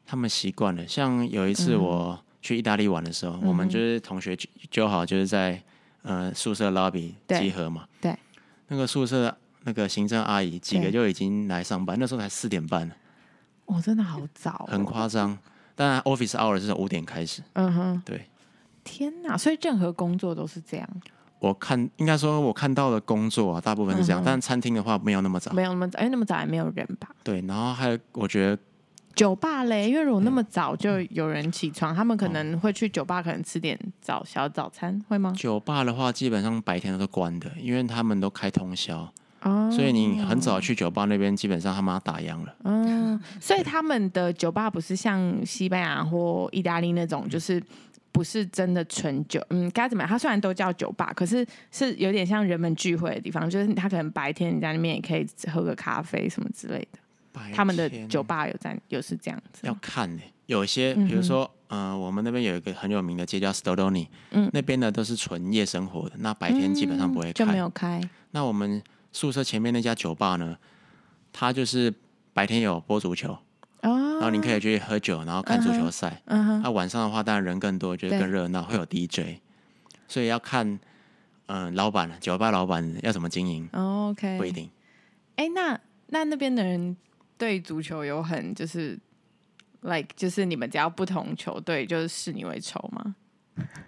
S3: 他们习惯了。像有一
S1: 嗯
S3: 次我去意大利玩的时候，我们就是同学揪揪好，就是在呃宿舍 lobby
S1: 对
S3: 集合嘛。
S1: 对，
S3: 那个宿舍那个行政阿姨几个
S1: 对
S3: 就已经来上班，那时候才四点半，
S1: 我真的好早哦，
S3: 很夸张。当然，office hour 是从五点开始。
S1: 嗯哼，
S3: 对
S1: 天哪！所以任何工作都是这样，
S3: 我看，应该说我看到的工作啊，大部分是这样，但餐厅的话没有那么早。
S1: 嗯没有那么早，哎，那么早也没有人吧？
S3: 对，然后还有，我觉得
S1: 酒吧嘞，因为如果那
S3: 嗯
S1: 么早就有人起床，他们
S3: 哦
S1: 可能会去酒吧，可能吃点早小早餐，会吗？
S3: 酒吧的话，基本上白天都是关的，因为他们都开通宵，
S1: 哦，
S3: 所以你很早去酒吧那边，基本上他妈打烊了。
S1: 嗯，所以他们的酒吧不是像西班牙或意大利那
S3: 嗯
S1: 种，就是不是真的纯酒，嗯，该怎么样？它虽然都叫酒吧，可是是有点像人们聚会的地方，就是他可能白天你在那边也可以喝个咖啡什么之类的。他们的
S3: 白天
S1: 酒吧嗯有在有是这样子
S3: 要，看呢、有些比如说，呃，我们那边有一个很有名的街叫 Stoloni，
S1: 嗯
S3: 那边呢都是纯夜生活的，那白天基本上不会
S1: 嗯就
S3: 开。
S1: 没有开，
S3: 那我们宿舍前面那家酒吧呢，它就是白天有播足球，
S1: 哦，
S3: 然后你可以去喝酒，然后看足球赛。
S1: 嗯哼，
S3: 那、晚上的话，当然人更多，就是
S1: 对
S3: 更热闹，会有 DJ，所以要看，嗯、老板酒吧老板要怎么经营，
S1: 哦，OK，
S3: 不一定。
S1: 哎、那那那边的人对足球有很就是？Like 就是你们只要不同球队，就是视你为仇吗？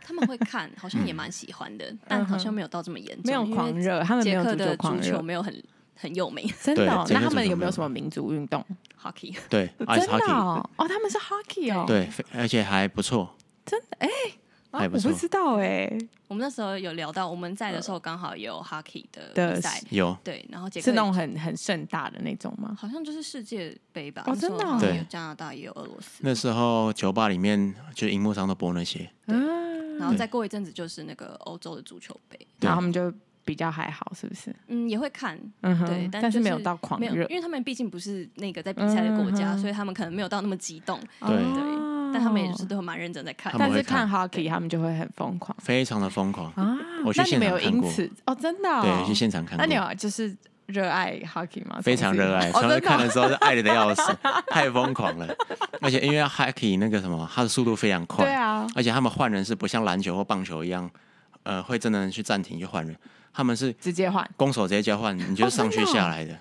S2: 他们会 看，好像也蛮喜欢的，但好像没有到这么严重，
S1: 嗯没有狂
S2: 因为
S1: 热，他们没
S2: 捷
S1: 有
S2: 克
S1: 足
S2: 的
S1: 球
S2: 足
S1: 狂
S2: 球
S1: 热，
S2: 没有很很有名
S1: 真的哦、
S3: 对捷
S1: 那
S3: 克
S1: 他
S3: 足
S1: 们有
S3: 球
S1: 没
S3: 没
S1: 有
S3: 有
S1: 什么民族运动？
S2: ，hockey。
S3: 对，ice
S1: 真的
S3: hockey，
S1: 哦，哦他们是 hockey 哦，
S3: 对，非而且还不错，
S1: 啊，
S3: 还
S1: 我
S3: 不错
S1: 不知道哎、
S2: 我们那时候有聊到，我们在的时候刚好有 hockey 的
S1: 的
S2: 比赛，
S3: 有
S2: 对，然后捷
S1: 呃
S2: 克
S1: 是那种很很盛大的那种吗？
S2: 好像就是世界杯吧，
S1: 哦
S2: 那时
S1: 真
S2: 候
S1: 的哦
S2: 好像
S3: 对
S2: 有加拿大也有俄罗斯，
S3: 那时候酒吧里面就荧幕上都播那些，
S2: 然后再过一阵子就是那个欧洲的足球杯，
S3: 对
S1: 然后他们就比较还好，是不是？
S2: 嗯，也会看，
S1: 嗯哼，
S2: 对，
S1: 但
S2: 就是
S1: 没有到狂
S2: 没有
S1: 热，
S2: 因为他们毕竟不是那个在比赛的国家，
S1: 嗯哼
S2: 所以他们可能没有到那么激动，
S3: 对
S2: 对
S1: 哦，
S2: 但他们也是都蛮认真在看
S3: 他。们
S1: 但是
S3: 会
S1: 看
S3: 看
S1: hockey 他们就会很疯狂
S3: 非常的疯狂。
S1: 啊。
S3: 我去
S1: 那你
S3: 现
S1: 们
S3: 场
S1: 有
S3: 看
S1: 因
S3: 过，
S1: 此哦，真的、哦，
S3: 对，去现场看
S1: 那你
S3: 过，
S1: 有就是热爱 hockey 吗？
S3: 非常
S1: 从此以
S3: 热爱，
S1: 后
S3: 上
S1: 哦，真的
S3: 次看
S1: 哦、
S3: 的时候是爱的要死， 太疯狂了。而且因为 hockey 那个什么，它的速度非常快，
S1: 对啊，
S3: 而且他们换人是不像篮球或棒球一样，呃，会真的去暂停去换人，他们是
S1: 直接换。
S3: 攻守直接交换，你就
S1: 哦
S3: 上去
S1: 真的哦
S3: 下来的，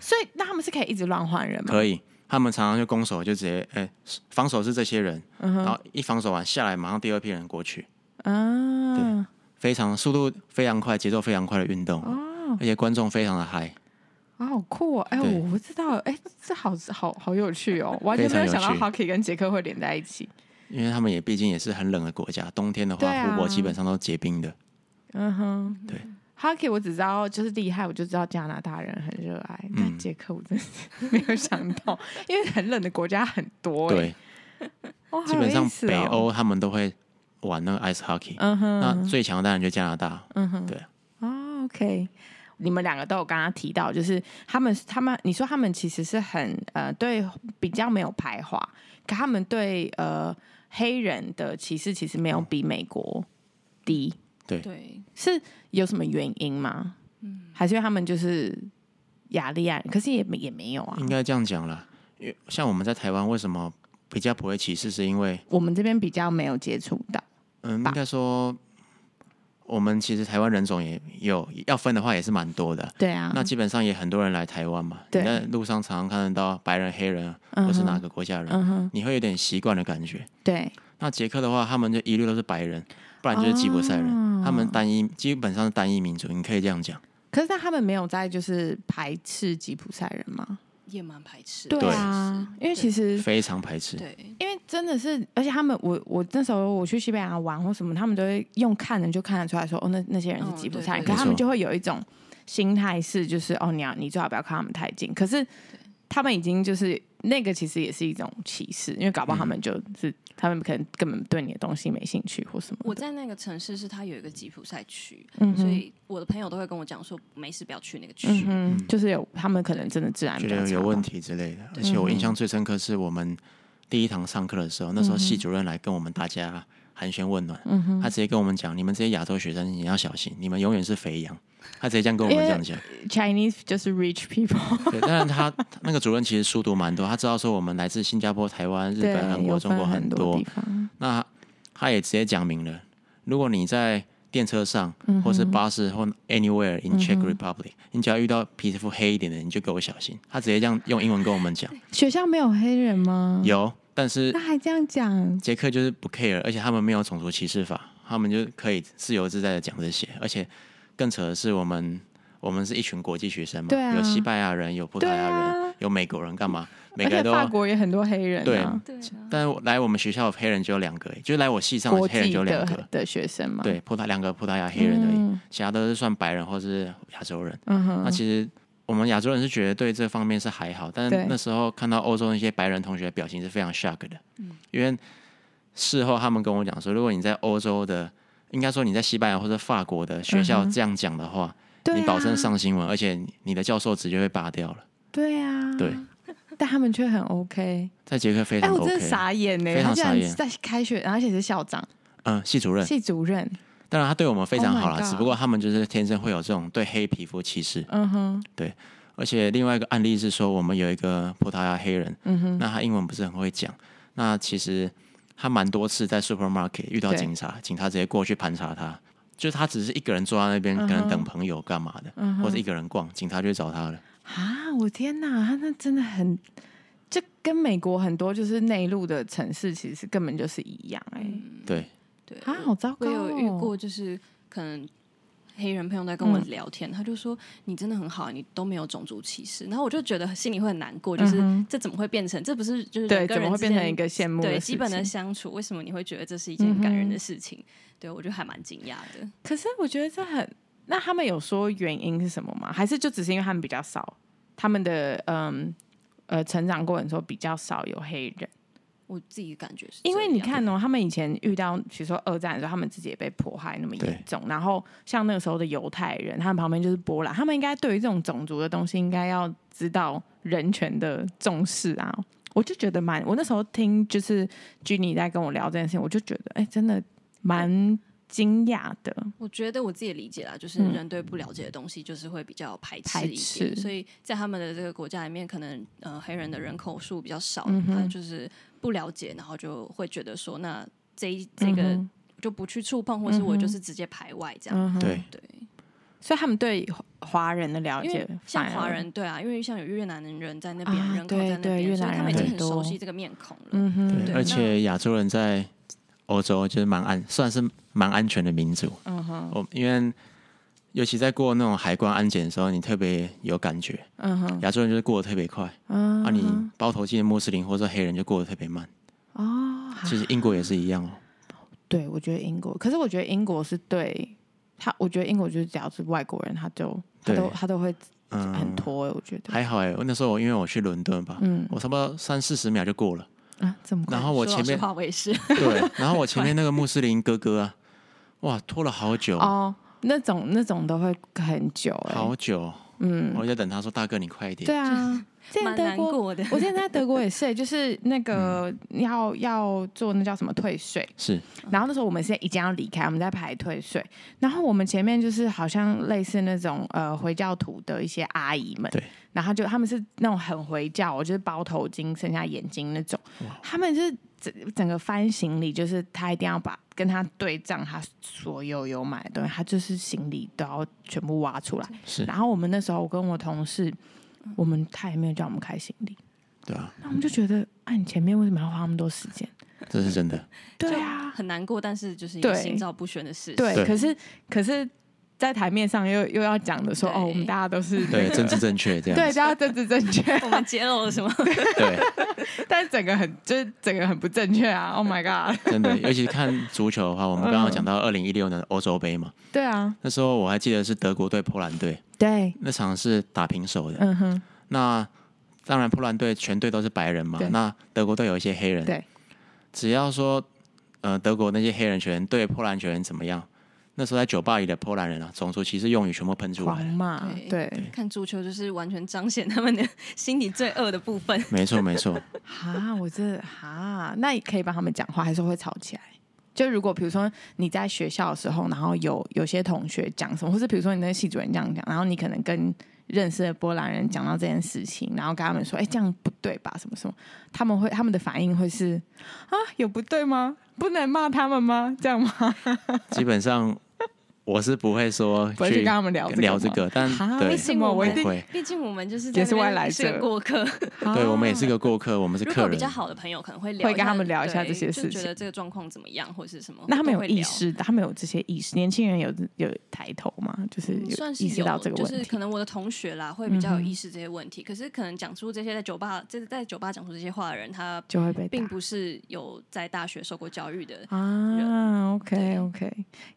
S1: 所以那他们是可以一直乱换人吗？
S3: 可以。他们常常就攻守就直接，哎、防守是这些人，
S1: 嗯
S3: 然后一防守完下来，马上第二批人过去，
S1: 啊，
S3: 非常速度非常快，节奏非常快的运动，
S1: 哦
S3: 而且观众非常的嗨，
S1: 啊，好酷哦！哎、
S3: 对
S1: 我不知道，哎、这好好好有趣哦，完全没想到
S3: 非常
S1: hockey 跟杰克会连在一起。
S3: 因为他们也毕竟也是很冷的国家，冬天的
S1: 对
S3: 话，
S1: 啊
S3: 湖泊基本上都结冰的，
S1: 嗯哼，
S3: 对。
S1: hockey 我只知道就是厉害，我就知道加拿大人很热爱，
S3: 嗯
S1: 但捷克我真是 没有想到，因为很冷的国家很多、哎，
S3: 对，
S1: 哦，好
S3: 基
S1: 有
S3: 本上
S1: 意思哦
S3: 北，欧他们都会玩那个 ice hockey，、
S1: 嗯哼，
S3: 那最强的当然就加拿大，
S1: 嗯哼，
S3: 对
S1: 哦，OK。你们两个都有刚刚提到，就是他们他们，你说他们其实是很呃对比较没有排华，可他们对呃黑人的歧视其实没有比美国低，
S2: 对，
S1: 是有什么原因吗？嗯，还是因为他们就是雅利安，可是也没也没有啊
S3: 应。该这样讲啦。因为像我们在台湾为什么比较不会歧视，是因为
S1: 我们这边比较没有接触到，
S3: 嗯，应
S1: 吧
S3: 该说我们其实台湾人种也有要分的话也是蛮多的。
S1: 对啊，
S3: 那基本上也很多人来台湾嘛，你
S1: 对
S3: 在路上常常看得到白人、黑人
S1: 嗯哼
S3: 或是哪个国家人，
S1: 嗯哼，
S3: 你会有点习惯的感觉。
S1: 对，
S3: 那捷克的话，他们就一律都是白人，不然就是吉普赛人，
S1: 哦
S3: 他们单一基本上是单一民族，你可以这样讲。
S1: 可是那他们没有在就是排斥吉普赛人吗？
S2: 也蛮排斥的。
S1: 对啊，因为其实
S3: 非常排斥。
S2: 对，
S1: 因为真的是，而且他们，我我那时候我去西班牙玩或什么，他们都会用看人就看得出来说，哦，那那些人是吉普赛人，
S2: 嗯对
S1: 可
S2: 对
S1: 他们就会有一种心态是，就是哦，你要你最好不要靠他们太近。可是他们已经就是那个，其实也是一种歧视，因为搞不好他们就是、他们可能根本对你的东西没兴趣或什么的。
S2: 我在那个城市是它有一个吉普赛区，
S1: 嗯哼
S2: 所以我的朋友都会跟我讲说，没事不要去那个区。
S1: 嗯哼，就是有他们可能真的治安比
S3: 觉
S1: 较
S3: 得
S1: 差
S3: 有问，题之类的。而且我印
S1: 嗯
S3: 象最深刻是我们第一堂上课的时候，那时候系主任来跟我们大家寒暄问暖，
S1: 嗯
S3: 他直接跟我们讲：“你们这些亚洲学生，你要小心，你们永远是肥羊。”他直接这样跟我们这样讲。
S1: Chinese 就是 rich people，
S3: 对，当然他他那个主任其实书读蛮多，他知道说我们来自新加坡、台湾、日
S1: 对，
S3: 本、韩
S1: 有
S3: 国、中国
S1: 分
S3: 很
S1: 很
S3: 多
S1: 地，方，
S3: 那他也直接讲明了，如果你在电车上，
S1: 嗯
S3: 或是巴士，或 anywhere in Czech Republic，、你只要遇到皮肤黑一点的，你就给我小心。他直接这样用英文跟我们讲，
S1: 学校没有黑人吗？，
S3: 有，但是
S1: 那还这样讲，
S3: 捷克就是不 care，而且他们没有种族歧视法，他们就可以自由自在的讲这些。而且更扯的是，我们我们是一群国际学生嘛，
S1: 对啊
S3: 有西班牙人，有葡萄牙人，
S1: 对啊
S3: 有美国人，干嘛？每
S1: 而
S3: 个
S1: 且
S3: 人都
S1: 法国也很多黑人、啊，
S3: 对
S2: 对啊，
S3: 但是来我们学校的黑人只有两个而已，就是来我系上
S1: 国
S3: 的黑人
S1: 际
S3: 只有两
S1: 的
S3: 个，
S1: 的学生嘛。，
S3: 对，葡萄两个葡萄牙黑人而已，
S1: 嗯
S3: 其他都是算白人或是亚洲人。
S1: 嗯哼，
S3: 那其实我们亚洲人是觉得对这方面是还好，但
S1: 对
S3: 是那时候看到欧洲那些白人同学的表情是非常 shock 的，
S1: 嗯
S3: 因为事后他们跟我讲说，如果你在欧洲的，应该说你在西班牙或者法国的学校这样讲的话，
S1: 嗯对啊
S3: 你保证上新闻，而且你的教授直接被拔掉了。
S1: 对啊，
S3: 对，
S1: 但他们却很 OK。
S3: 在捷克非
S1: 哎，
S3: 常
S1: 我
S3: OK，、
S1: 真的傻眼呢、
S3: 非
S1: 他
S3: 常
S1: 居
S3: 傻
S1: 然
S3: 眼
S1: 在开学，而且是校长、
S3: 嗯，系主任，
S1: 系主任。
S3: 当然他对我们非常
S1: Oh
S3: 好
S1: my
S3: 啦
S1: God
S3: 只不过他们就是天生会有这种对黑皮肤歧视。
S1: 嗯哼，
S3: 而且另外一个案例是说，我们有一个葡萄牙黑人，
S1: 嗯哼，
S3: 那他英文不是很会讲，那其实他蛮多次在 supermarket 遇到
S1: 对
S3: 警察，警察直接过去盘查他，就是他只是一个人坐在那
S1: 嗯
S3: 边，可能等朋友干嘛的，或者一个人逛，警察就去找他了。
S1: 啊，我天哪，他那真的很这跟美国很多就是内陆的城市其实根本就是一样哎、
S3: 对，
S2: 对
S1: 啊，好糟
S2: 嗯我
S1: 糕、哦！嗯
S2: 有遇过，就是可能黑人朋友在跟我聊天，他就说你真的很好，啊你都没有种族歧视。然后我就觉得心里会很难过，就是、
S1: 嗯哼
S2: 这怎么会变成？这不是就是
S1: 对，
S2: 人跟
S1: 怎么
S2: 人
S1: 会
S2: 之
S1: 变成
S2: 间
S1: 一个羡慕
S2: 对
S1: 事
S2: 基本的
S1: 情嗯
S2: 相处？为什么你会觉得这是一件很感人的事情？对我就还蛮惊讶的。
S1: 可是我觉得这很……那他们有说原因是什么吗？还是就只是因为他们比较少，他们的嗯呃成长过程中比较少有黑人？
S2: 我自己感觉是这
S1: 因
S2: 样，
S1: 为你看哦，他们以前遇到比如说二战的时候，他们自己也被迫害那么严重，然后像那个时候的犹太人，他们旁边就是波兰，他们应该对于这种种族的东西应该要知道人权的重视啊。我就觉得蛮，我那时候听就是 Jenny 在跟我聊这件事情，我就觉得哎、真的蛮惊讶的。
S2: 我觉得我自己的理解啦，就是
S1: 嗯
S2: 人对不了解的东西就是会比较排
S1: 排
S2: 斥一点，
S1: 斥
S2: 所以在他们的这个国家里面，可能呃黑人的人口数比较少，
S1: 嗯哼
S2: 他就是不了解，然后就会觉得说，那这一这个、
S1: 嗯
S2: 就不去触碰，或是
S1: 嗯
S2: 我
S1: 哼
S2: 就是直接排外这样。
S1: 嗯哼
S3: 对，
S2: 对，
S1: 所以他们对华华人的了
S2: 因
S1: 解
S2: 为，像
S1: 反而
S2: 华，人对啊，因为像有越南人在那边，
S1: 啊
S2: 人口在那
S1: 对对
S2: 边，所以他们已经
S1: 越南人很
S2: 很
S1: 多
S2: 熟悉这个面孔了。
S1: 嗯哼，
S3: 对，而且亚洲人在欧洲就是蛮安，算是蛮安全的民族。
S1: 嗯哼，
S3: 我因为尤其在过那种海关安检的时候，你特别有感觉。
S1: 嗯哼，
S3: 亚洲人就是过得特别快，
S1: 嗯
S3: 啊，
S1: 哼
S3: 你包头巾的穆斯林或者黑人就过得特别慢。
S1: 哦，
S3: 其实英国也是一样哦。
S1: 对，我觉得英国，可是我觉得英国是对他，我觉得英国就是只要是外国人，他就他
S3: 对
S1: 都他都会
S3: 嗯，
S1: 很拖哎、我觉得，
S3: 还好哎、我那时候我因为我去伦敦吧，
S1: 嗯
S3: 我差不多三四十秒就过了。
S1: 啊，这么快
S3: 嗯然后我
S2: 说
S3: 前面
S2: 老实话，我也是，
S3: 对，然后我 前面那个穆斯林哥哥啊，哇，拖了好久，
S1: 哦，那种那种都会很久哎、
S3: 好久，
S1: 嗯，
S3: 我就等他说大哥你快一 点。
S1: 对 啊，之前
S2: 蛮
S1: 德
S2: 难
S1: 国。
S2: 过的。
S1: 我之前在德国也是，就是那个
S3: 嗯
S1: 要要做那叫什么退税，
S3: 是
S1: 然后那时候我们是已经要离开，我们在排退税。然后我们前面就是好像类似那种呃回教徒的一些阿姨们，
S3: 对，
S1: 然后就他们是那种很回教，我就是包头巾剩下眼睛那种，他们是整整个翻行李，就是他一定要把跟他对账，他所有有买的东西，他就是行李都要全部挖出来。
S3: 是，
S1: 然后我们那时候我跟我同事，我们他也没有叫我们开行李，
S3: 对啊，
S1: 那我们就觉得，哎、你前面为什么要花那么多时间？
S3: 这是真的。
S1: 对啊，
S2: 很难过，但是就是一
S1: 对
S2: 个心照不宣的事情。
S1: 对，
S3: 对
S1: 可是可是，在台面上又又要讲的说，
S2: 对
S1: 哦，我们大家都是
S3: 对，政治正确这样
S1: 对，
S3: 子。
S1: 大家政治正确，
S2: 我们揭露了什么？
S3: 对，
S1: 但整个很就是整个很不正确啊！Oh my god！
S3: 真的，尤其看足球的话，我们刚刚讲到二零一六年的欧洲杯嘛，
S1: 对啊，
S3: 那时候我还记得是德国对波兰队
S1: 对，
S3: 那场是打平手的。
S1: 嗯哼，
S3: 那当然，波兰队全队都是白人嘛
S1: 对，
S3: 那德国队有一些黑人。
S1: 对，
S3: 只要说呃德国那些黑人球员对波兰球员怎么样，那时候在酒吧里的波兰人啊，种族歧视用语全部喷出
S1: 狂
S3: 来。
S1: 骂，
S2: 对
S1: 啊对，
S2: 看足球就是完全彰显他们的 心里最恶的部分。
S3: 没错没 错，
S1: 哈，我这哈，那你可以帮他们讲话，还是会吵起来？就如果比如说你在学校的时候，然后有有些同学讲什么，或是比如说你那个系主任这样讲，然后你可能跟认识的波兰人讲到这件事情，然后跟他们说，哎、这样不对吧？什么什么，他们会他们的反应会是啊，有不对吗？不能骂他们吗？这样吗？
S3: 基本上我是不会说
S1: 不会去跟他们聊这个
S3: 聊
S1: 吗
S3: 这个，但
S1: 啊，为
S3: 对
S1: 什么我一定
S3: 不会，
S2: 毕竟我们就是
S1: 也是
S2: 在那边
S1: 外来
S2: 是个
S1: 者
S2: 过客。
S3: 对我们也是个过
S1: 啊
S3: 客，我们是
S2: 如
S3: 客
S2: 果比
S3: 人
S2: 较。好的朋友，可能会聊一
S1: 会
S2: 下，
S1: 跟他们聊一下
S2: 对
S1: 这些事情
S2: 就觉得这个状况怎么样，或是什么。
S1: 那他们有
S2: 都会
S1: 意
S2: 聊。
S1: 识，他们有这些意识，年轻人有有抬头吗？就是
S2: 嗯
S1: 有
S2: 算是
S1: 意识
S2: 有，
S1: 到这个问题，嗯
S2: 就是可能我的同学啦，会比较有意识这些问题。可是可能讲出这些在酒吧，这在酒吧讲出这些话的人，他
S1: 就会被打哦
S2: 并不是有在大学受过教育的。
S1: 啊，OK OK，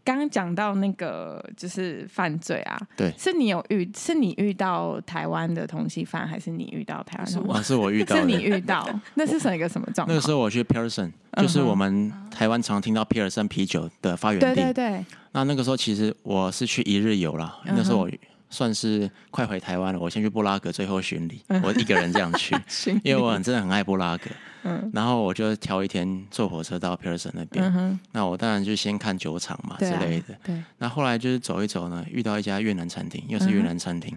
S1: 刚刚讲到那个就是犯罪啊，
S3: 对
S1: 是你有遇，是你遇到台湾的通缉犯，还是你遇到台湾的嗯
S3: 啊，是我遇到
S1: 是你
S3: 的。
S1: 遇到， 那是什么一个什么状
S3: 那
S1: 况？
S3: 个时候我去 Pearson，就是我们台湾常听到 Pearson 啤酒的发源地。
S1: 对对嗯对，
S3: 那那个时候其实我是去一日游啦，那时候我算是快回台湾了，我先去布拉格最后巡礼，
S1: 嗯
S3: 我一个人这样去， 因为我很真的很爱布拉格。
S1: 嗯
S3: 然后我就挑一天坐火车到 Pearson 那边，那我当然就先看酒厂嘛之
S1: 对啊
S3: 类的。
S1: 嗯对，
S3: 那后来就是走一走呢，遇到一家越南餐厅，
S1: 嗯
S3: 又是越南餐厅，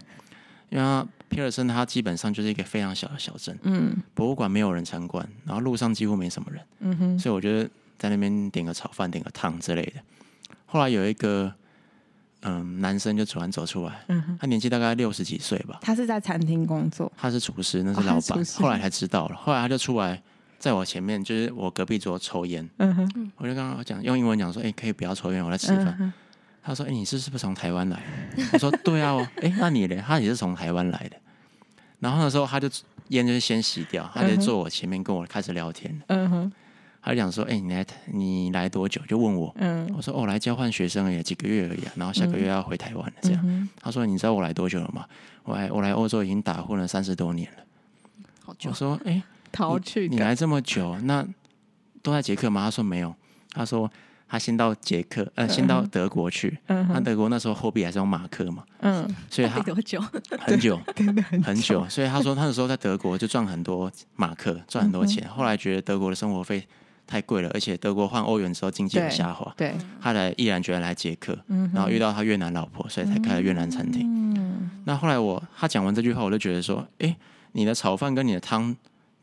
S3: 因为它 Pearson 它基本上就是一个非常小的小镇，
S1: 嗯
S3: 博物馆没有人参观，然后路上几乎没什么人，
S1: 嗯哼，
S3: 所以我就在那边点个炒饭、点个汤之类的。后来有一个嗯，男生就突然走出来，
S1: 嗯
S3: 他年纪大概六十几岁吧，
S1: 他是在餐厅工作，
S3: 他是厨师，那是
S1: 哦他
S3: 老
S1: 是
S3: 板
S1: 厨。师
S3: 后来才知道了，后来他就出来，在我前面，就是我隔壁桌抽烟。
S1: 嗯哼，嗯
S3: 我就跟他讲，用英文讲说，哎、可以不要抽烟，我来吃饭。他说，哎、你是是不是从台湾来的？我说，对啊，我，哎、 那你嘞？他也是从台湾来的。然后那时候他就烟就是先洗掉，他就坐我前面跟我开始聊天。
S1: 嗯哼，
S3: 他就讲说，哎、你来你来多久？就问我。
S1: 嗯
S3: 我说哦，来交换学生而已，几个月而已、啊，然后下个月要回台湾了，这
S1: 嗯
S3: 样。他说你知道我来多久了吗？我来我来欧洲已经打混了三十多年了。
S2: 好久
S3: 我，说哎、
S1: 逃去
S3: 你
S1: 感，
S3: 来这 么久，那都在捷克吗？他说没有，他说他先到捷克，呃，先到德国去。
S1: 嗯
S3: 那
S1: 哼，
S3: 德国那时候货币还是用马克嘛，
S1: 嗯，
S3: 所以 他
S2: 到底多久？
S3: 很久
S1: 真的很
S3: 很久，所以他说他那时候在德国就赚很多马
S1: 嗯
S3: 克，赚很多钱。后来觉得德国的生活费太贵了，而且德国换欧元之后经济有
S1: 对
S3: 下滑，
S1: 对，
S3: 他来毅然决然来捷克，
S1: 嗯
S3: 然后
S1: 哼，
S3: 遇到他越南老婆，所以才开了越南餐厅。
S1: 嗯
S3: 那后来我他讲完这句话，我就觉得说，诶，你的炒饭跟你的汤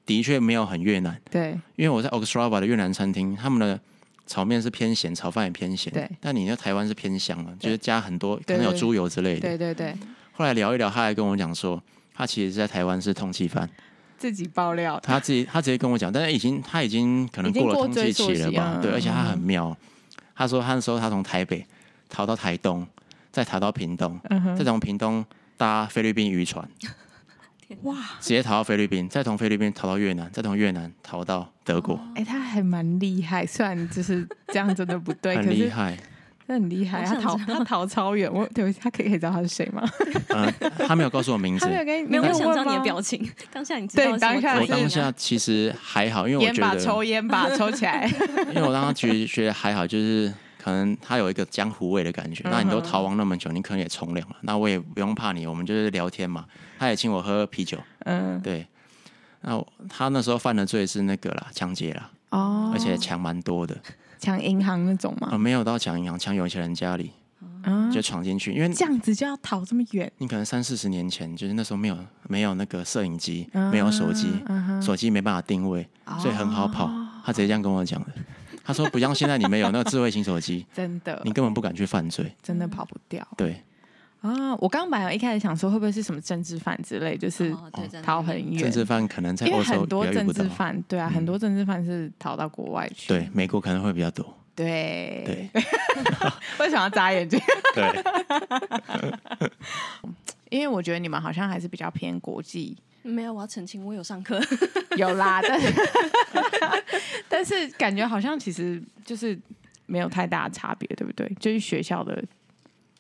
S3: 的确没有很越南，
S1: 对
S3: 因为我在 Oxtrava 的越南餐厅，他们的炒面是偏咸，炒饭也偏咸。
S1: 对
S3: 但你那台湾是偏香了，就是加很多可
S1: 对
S3: 能有
S1: 对
S3: 猪油之类的。
S1: 对对对，
S3: 后来聊一聊，他还跟我讲说，他其实是在台湾是通缉犯，
S1: 自己爆料，
S3: 他自己他直接跟我讲，但是已经他已经可能
S1: 已经
S3: 过了
S1: 过
S3: 通
S1: 追
S3: 缉
S1: 溯
S3: 期了
S1: 期
S3: 吧
S1: 嗯？
S3: 对，
S1: 嗯
S3: 而且他很妙，他说他那时候他从台北逃到台东，再逃到屏东，
S1: 嗯哼，
S3: 再从屏东搭菲律宾渔船，
S1: 哇，
S3: 直接逃到菲律宾，再从菲律宾逃到越南，再从越南逃到德国，
S1: 哎，他还蛮厉害，虽然就是这样真的不对，
S3: 很
S1: 可
S3: 厉
S1: 是
S3: 害。
S1: 他很厉害，
S2: 我
S1: 他
S2: 想
S1: 逃
S2: 知
S1: 他逃超远，我对不起，他可以可以知道他是谁吗？
S3: 嗯，他没有告诉我名字
S1: 他没。有跟你
S2: 没有，
S1: 你
S2: 我想知道
S1: 问
S2: 你的
S1: 吗
S2: 表情。当下你知
S1: 对
S2: 道是
S1: 当
S2: 我
S1: 下
S2: 怎
S3: 我
S1: 是
S2: 么
S3: 当
S2: 样
S3: 下其实还好，因为我
S1: 烟
S3: 觉
S1: 吧，
S3: 得，
S1: 抽烟吧，抽起 来。
S3: 因为我当时觉得觉得还好，就是可能他有一个江湖味的感
S1: 嗯
S3: 觉。那你都逃亡那么久，你可能也从良了，那我也不用怕你，我们就是聊天嘛。他也请我喝啤酒，
S1: 嗯，
S3: 对。那我他那时候犯的罪是那个啦，抢劫啦，
S1: 哦
S3: 而且抢蛮多的，
S1: 抢银行那种
S3: 啊、
S1: 嘛，
S3: 没有到抢银行，抢有钱人家里
S1: 啊，
S3: 就闯进去，因为
S1: 这样子就要逃这么远，
S3: 你可能三四十年前，就是那时候没有没有那个摄影机，没有手机，
S1: 嗯哼
S3: 手机没办法定位，所以很好跑。他直接这样跟我讲的，他说不像现在你们有那个智慧型手机，
S1: 真的
S3: 你根本不敢去犯罪。
S1: 真的跑不掉
S3: 对，
S1: 啊！我刚刚本来一开始想说会不会是什么政治犯之类，就是
S2: 哦对真的
S1: 逃很
S3: 政
S1: 远，
S3: 治犯可能在
S1: 因为
S3: 欧洲
S1: 很
S3: 比
S1: 多
S3: 较遇
S1: 政
S3: 不
S1: 治
S3: 到，嗯
S1: 犯，对啊，很多政治犯是逃到国外去，
S3: 对，美国可能会比较多。对
S1: 对，为什么要眨眼睛？
S3: 对，
S1: 因为我觉得你们好像还是比较偏国际，
S2: 没有，我要澄清，我有上课。
S1: 有啦，但是 但是感觉好像其实就是没有太大的差别，对不对？就是学校的，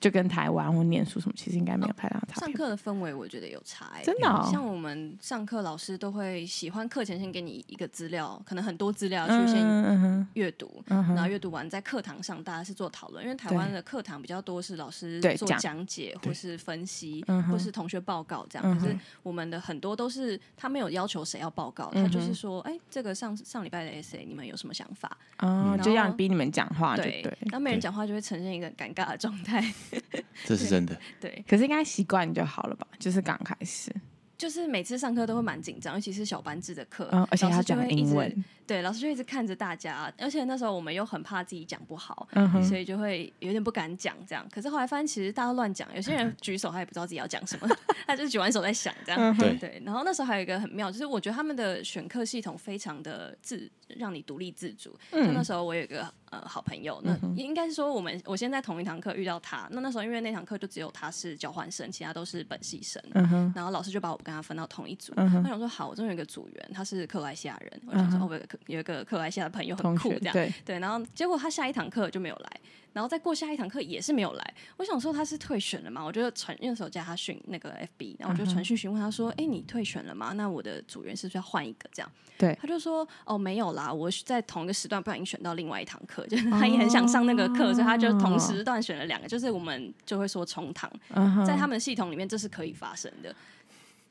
S1: 就跟台湾或念书什么，其实应该没有太大的差
S2: 哦上
S1: 别。
S2: 课的氛围我觉得有差、欸，
S1: 真的哦
S2: 像我们上课老师都会喜欢课前先给你一个资料，可能很多资料去
S1: 嗯
S2: 先
S1: 嗯嗯
S2: 阅读，
S1: 嗯
S2: 然后
S1: 哼，
S2: 阅读完在课堂上大家是做讨论，因为台湾的课堂比较多是老师
S1: 对
S2: 做
S1: 讲
S2: 讲解
S3: 对
S2: 或是分析
S1: 嗯哼
S2: 或是同学报告这
S1: 嗯
S2: 样，
S1: 哼
S2: 可是我们的很多都是他没有要求谁要报告，
S1: 嗯
S2: 他
S1: 哼
S2: 就是说，哎，这个上上礼拜的 essay 你们有什么想法？
S1: 哦
S3: 嗯，
S1: 就
S2: 然
S1: 让
S2: 后
S1: 逼你们讲啊话就对。
S2: 当没人讲话就会呈现一个尴尬的状态，
S3: 这是真 的。
S1: 嗯
S2: 对，
S1: 可是应该习惯就好了吧？就是刚开始，
S2: 就是每次上课都会蛮紧张，尤其是小班制的课，
S1: 嗯，而且
S2: 呃老
S1: 要
S2: 师就
S1: 讲
S2: 会一
S1: 英
S2: 直
S1: 文，
S2: 对，老师就一直看着大家，而且那时候我们又很怕自己讲不好，
S1: 嗯哼，
S2: 所以就会有点不敢讲这样。可是后来发现，其实大家都乱讲，有些人举手他也不知道自己要讲 什么，他就举完手在想这
S1: 嗯
S2: 样。
S3: 对
S2: 对，然后那时候还有一个很妙，就是我觉得他们的选课系统非常的自，让你独立自主。
S1: 嗯
S2: 像那时候我有一个呃好朋友，那应该是说我们我先在同一堂课遇到他，那那时候因为那堂课就只有他是交换生，其他都是本系生，
S1: 嗯哼，
S2: 然后老师就把我跟他分到同一组。
S1: 嗯
S2: 我
S1: 哼，
S2: 想说好，我终于有一个组员，他是克罗埃西亚人。我想说，
S1: 嗯哼
S2: 哦，我有一个有一个克罗埃西亚的朋友很
S1: 同
S2: 酷，
S1: 学
S2: 这样。
S1: 对，
S2: 对，然后结果他下一堂课就没有来，然后再过下一堂课也是没有来。我想说他是退选了嘛，我就传那时候加他讯那个 FB，然
S1: 嗯
S2: 后我就传讯询问他说：“哎、你退选了吗？那我的组员是不是要换一个？”这样，
S1: 对
S2: 他就说：“哦，没有啦，我在同一个时段不小心选到另外一堂课，就是他也很想上那个课，所以他就
S1: 哦
S2: 同时段选了两个，就是我们就会说重堂，
S1: 嗯哼，
S2: 在他们的系统里面这是可以发生的。”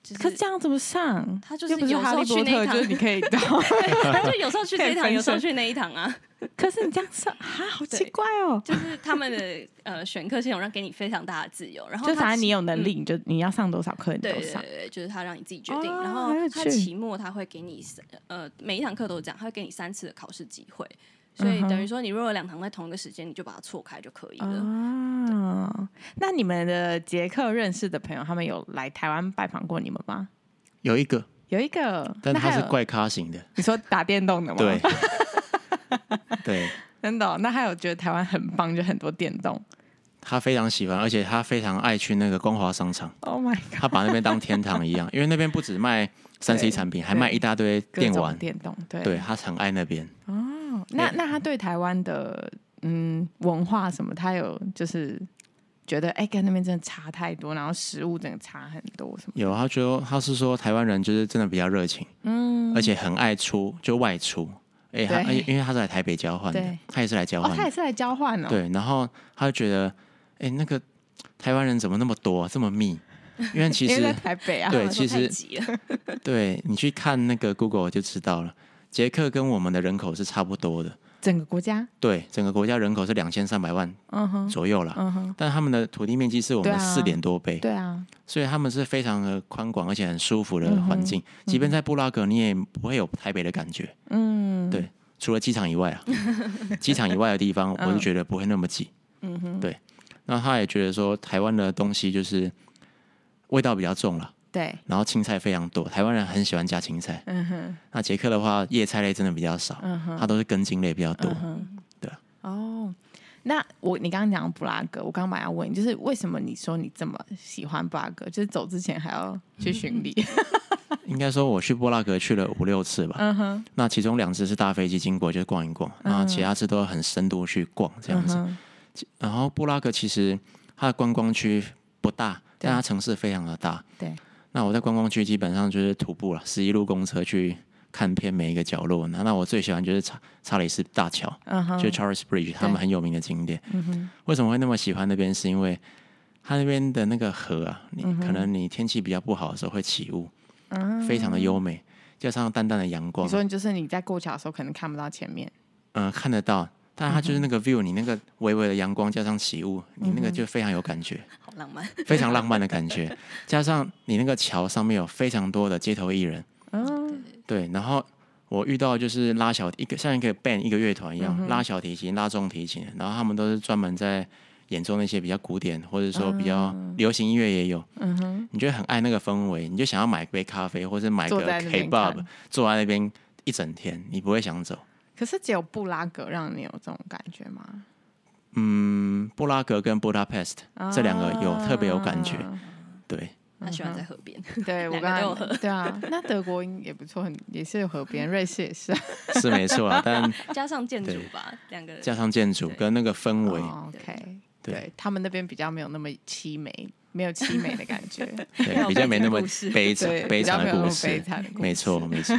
S2: 就是
S1: 可是这样怎么上？
S2: 他就是
S1: 又不是
S2: 有时
S1: 哈
S2: 候
S1: 利
S2: 去
S1: 波
S2: 那一
S1: 特，
S2: 堂，
S1: 就是你可以 到。
S2: 他就有时候去这一
S1: 可
S2: 堂，
S1: 以分身
S2: 有时候去那一堂啊。
S1: 可是你这样上 啊，好奇
S2: 对
S1: 怪哦。
S2: 就是他们的呃选课系统让给你非常大的自由，然后
S1: 就
S2: 他
S1: 反正
S2: 期
S1: 你有能力，你就你要上多少课你
S2: 对
S1: 都
S2: 对
S1: 上
S2: 对，对，就是他让你自己决定，
S1: 哦
S2: 然后
S1: 好有
S2: 他
S1: 趣
S2: 期末他会给你三呃每一堂课都是这样，他会给你三次的考嗯试机会，所以等于说你如果有两堂在同一个时间，你就把它错开就可以了。
S1: 啊。哦，那你们的捷克认识的朋友，他们有来台湾拜访过你们吗？
S3: 有一个，
S1: 有一个，
S3: 但
S1: 那
S3: 他
S1: 还
S3: 是
S1: 有，
S3: 怪咖型的，
S1: 你说打电动的吗？
S3: 对， 对
S1: 真的哦、那还有觉得台湾很棒，就很多电动。
S3: 他非常喜欢，而且他非常爱去那个光华商场，
S1: Oh my god！
S3: 他把那边当天堂一样，因为那边不止卖三 C
S1: 对
S3: 产品，还
S1: 对
S3: 卖一大堆
S1: 各
S3: 电
S1: 种
S3: 玩，
S1: 电动，对
S3: 对他很爱那边。
S1: 哦那那他对台湾的嗯文化什么，他有就是觉得哎、跟那边真的差太多，然后食物真的差很多什么？
S3: 有，他觉得他是说台湾人就是真的比较热情，嗯，而且很爱出就外出，哎、他
S1: 对
S3: 因为他是来台北交换的
S1: 对，
S3: 他也是来交
S1: 哦
S3: 换，的，
S1: 他也是来交换哦，
S3: 对，然后他就觉得，哎、那个台湾人怎么那么多，这么密？因为其
S1: 因为在
S3: 实
S1: 台北啊，
S3: 对，
S2: 他
S3: 其
S2: 说太
S3: 实
S2: 急了，
S3: 对你去看那个 Google 就知道了，捷克跟我们的人口是差不多的，
S1: 整个国家，
S3: 对，整个国家人口是两千三百万
S1: 嗯哼，
S3: 左右啦。
S1: 嗯哼，
S3: 但他们的土地面积是我
S1: 对
S3: 们
S1: 啊
S3: 的四点多倍，
S1: 对啊，
S3: 所以他们是非常的宽广，而且很舒服
S1: 嗯
S3: 的环境。即便在布拉格，你也不会有台北的感觉，
S1: 嗯，
S3: 对除了机场以外 啊，机场以外的地方，我就觉得不会那么挤。
S1: 嗯哼，
S3: 对那他也觉得说，台湾的东西就是味道比较重了，
S1: 对，
S3: 然后青菜非常多，台湾人很喜欢加青菜。
S1: 嗯哼，
S3: 那捷克的话，叶菜类真的比较少，
S1: 嗯哼，
S3: 它都是根茎类比较多。
S1: 嗯，
S3: 对。
S1: 哦，那我你刚刚讲布拉格，我刚刚本来要问你，就是为什么你说你这么喜欢布拉格？就是走之前还要去巡礼。
S3: 应该说，我去布拉格去了五六次吧。
S1: 嗯哼，
S3: 那其中两次是搭飞机经过，就是逛一逛；那其他次都很深度去逛这样子。
S1: 嗯 哼
S3: 然后布拉格其实它的观光区不大，但它城市非常的大。
S1: 对。
S3: 那我在观光区基本上就是徒步了，十一路公车去看遍每一个角落。那那我最喜欢就是查查理士大桥，
S1: 嗯哼，
S3: 就是 Charles Bridge 他们很有名的景点。
S1: 嗯哼，
S3: 为什么会那么喜欢那边？是因为它那边的那个河啊，你可能你天气比较不好的时候会起雾，
S1: 嗯
S3: 非常的优美，加上淡淡的阳光
S1: 你，说就是你在过桥的时候可能看不到前面，
S3: 嗯、看得到。但它就是那
S1: 嗯
S3: 个 view，你那个微微的阳光加上起雾，你那个就非常有感 觉。
S2: 好浪漫。
S3: 非常浪漫的感觉，加上你那个桥上面有非常多的街头艺人，
S1: 嗯，
S3: 对，然后我遇到就是拉小一个像一个 band 一个乐团一
S1: 嗯
S3: 样，拉小提琴、拉中提琴，然后他们都是专门在演奏那些比较古典或者说比较流行音乐也有，
S1: 哦嗯哼，
S3: 你就很爱那个氛围，你就想要买杯咖啡或者买
S1: 坐
S3: 个
S1: 在那边
S3: K-pop，
S1: 看
S3: 坐在那边一整天，你不会想走。
S1: 可是只有布拉格让你有这种感觉 吗？
S3: 嗯，布拉格跟 Budapest 这两个有特别有感觉，
S1: 啊
S3: 啊对。
S2: 他喜欢在河边，
S1: 对我
S2: 两个都
S1: 刚
S2: 有喝
S1: 刚对啊，那德国也不错，很也是有河边，瑞士也是啊。
S3: 是没错啊，但
S2: 加上建筑
S3: 对
S2: 吧，两个
S3: 加上建筑跟那个氛围，
S1: 哦
S2: 对
S1: OK，
S3: 对
S1: 对他们那边比较没有那么凄美，没有凄美的感 觉，
S3: 对，比较没那么
S2: 故事
S3: 悲惨
S1: 对，
S3: 悲
S1: 比较
S3: 惨
S1: 没
S3: 的
S1: 有那
S3: 故
S1: 么
S3: 事，
S1: 悲惨的故事。
S3: 没错没错。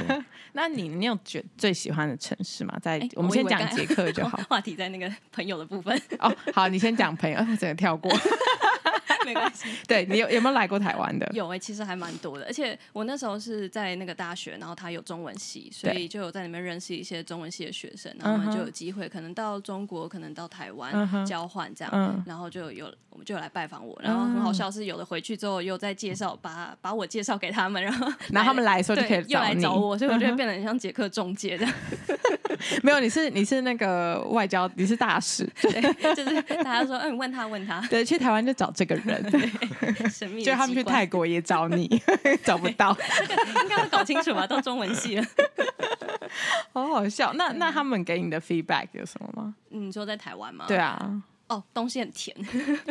S1: 那你你有觉最喜欢的城市吗？在
S2: 哎
S1: 我们
S2: 我以
S1: 先
S2: 为
S1: 讲
S2: 刚才。
S1: 捷克就好
S2: 话题在那个朋友的部分，
S1: 哦，好，你先讲朋友，哎 我整个跳过。
S2: 没关系。
S1: 对你有有没有来过台湾 的？
S2: 有哎、其实还蛮多的，而且我那时候是在那个大学，然后他有中文系，所以就有在里面认识一些中文系的学生，然后我
S1: 嗯
S2: 们
S1: 哼
S2: 就有机会可能到中国，可能到台
S1: 嗯哼
S2: 湾交换这样，
S1: 嗯
S2: 然后就有我们就有来拜访我，然后很好笑是有的回去之后又再介绍把把我介绍给他们，然后
S1: 然后他们来的时候就可以
S2: 对又来
S1: 你。
S2: 找我，所以 我觉得变得很像捷克中介这样，
S1: 没有，你是你是那个外交，你是大 使，
S2: 对，就是大家说嗯问他问他
S1: 对，去台湾就找这个人，
S2: 神秘的机关，
S1: 就他们去泰国也找你， 找不 到，
S2: 应该会搞清楚吧，都中文系了，
S1: 好好笑。那
S2: 嗯
S1: 那他们给你的 feedback 有什么吗？
S2: 嗯你说在台湾吗？
S1: 对，啊，
S2: 哦东西很甜。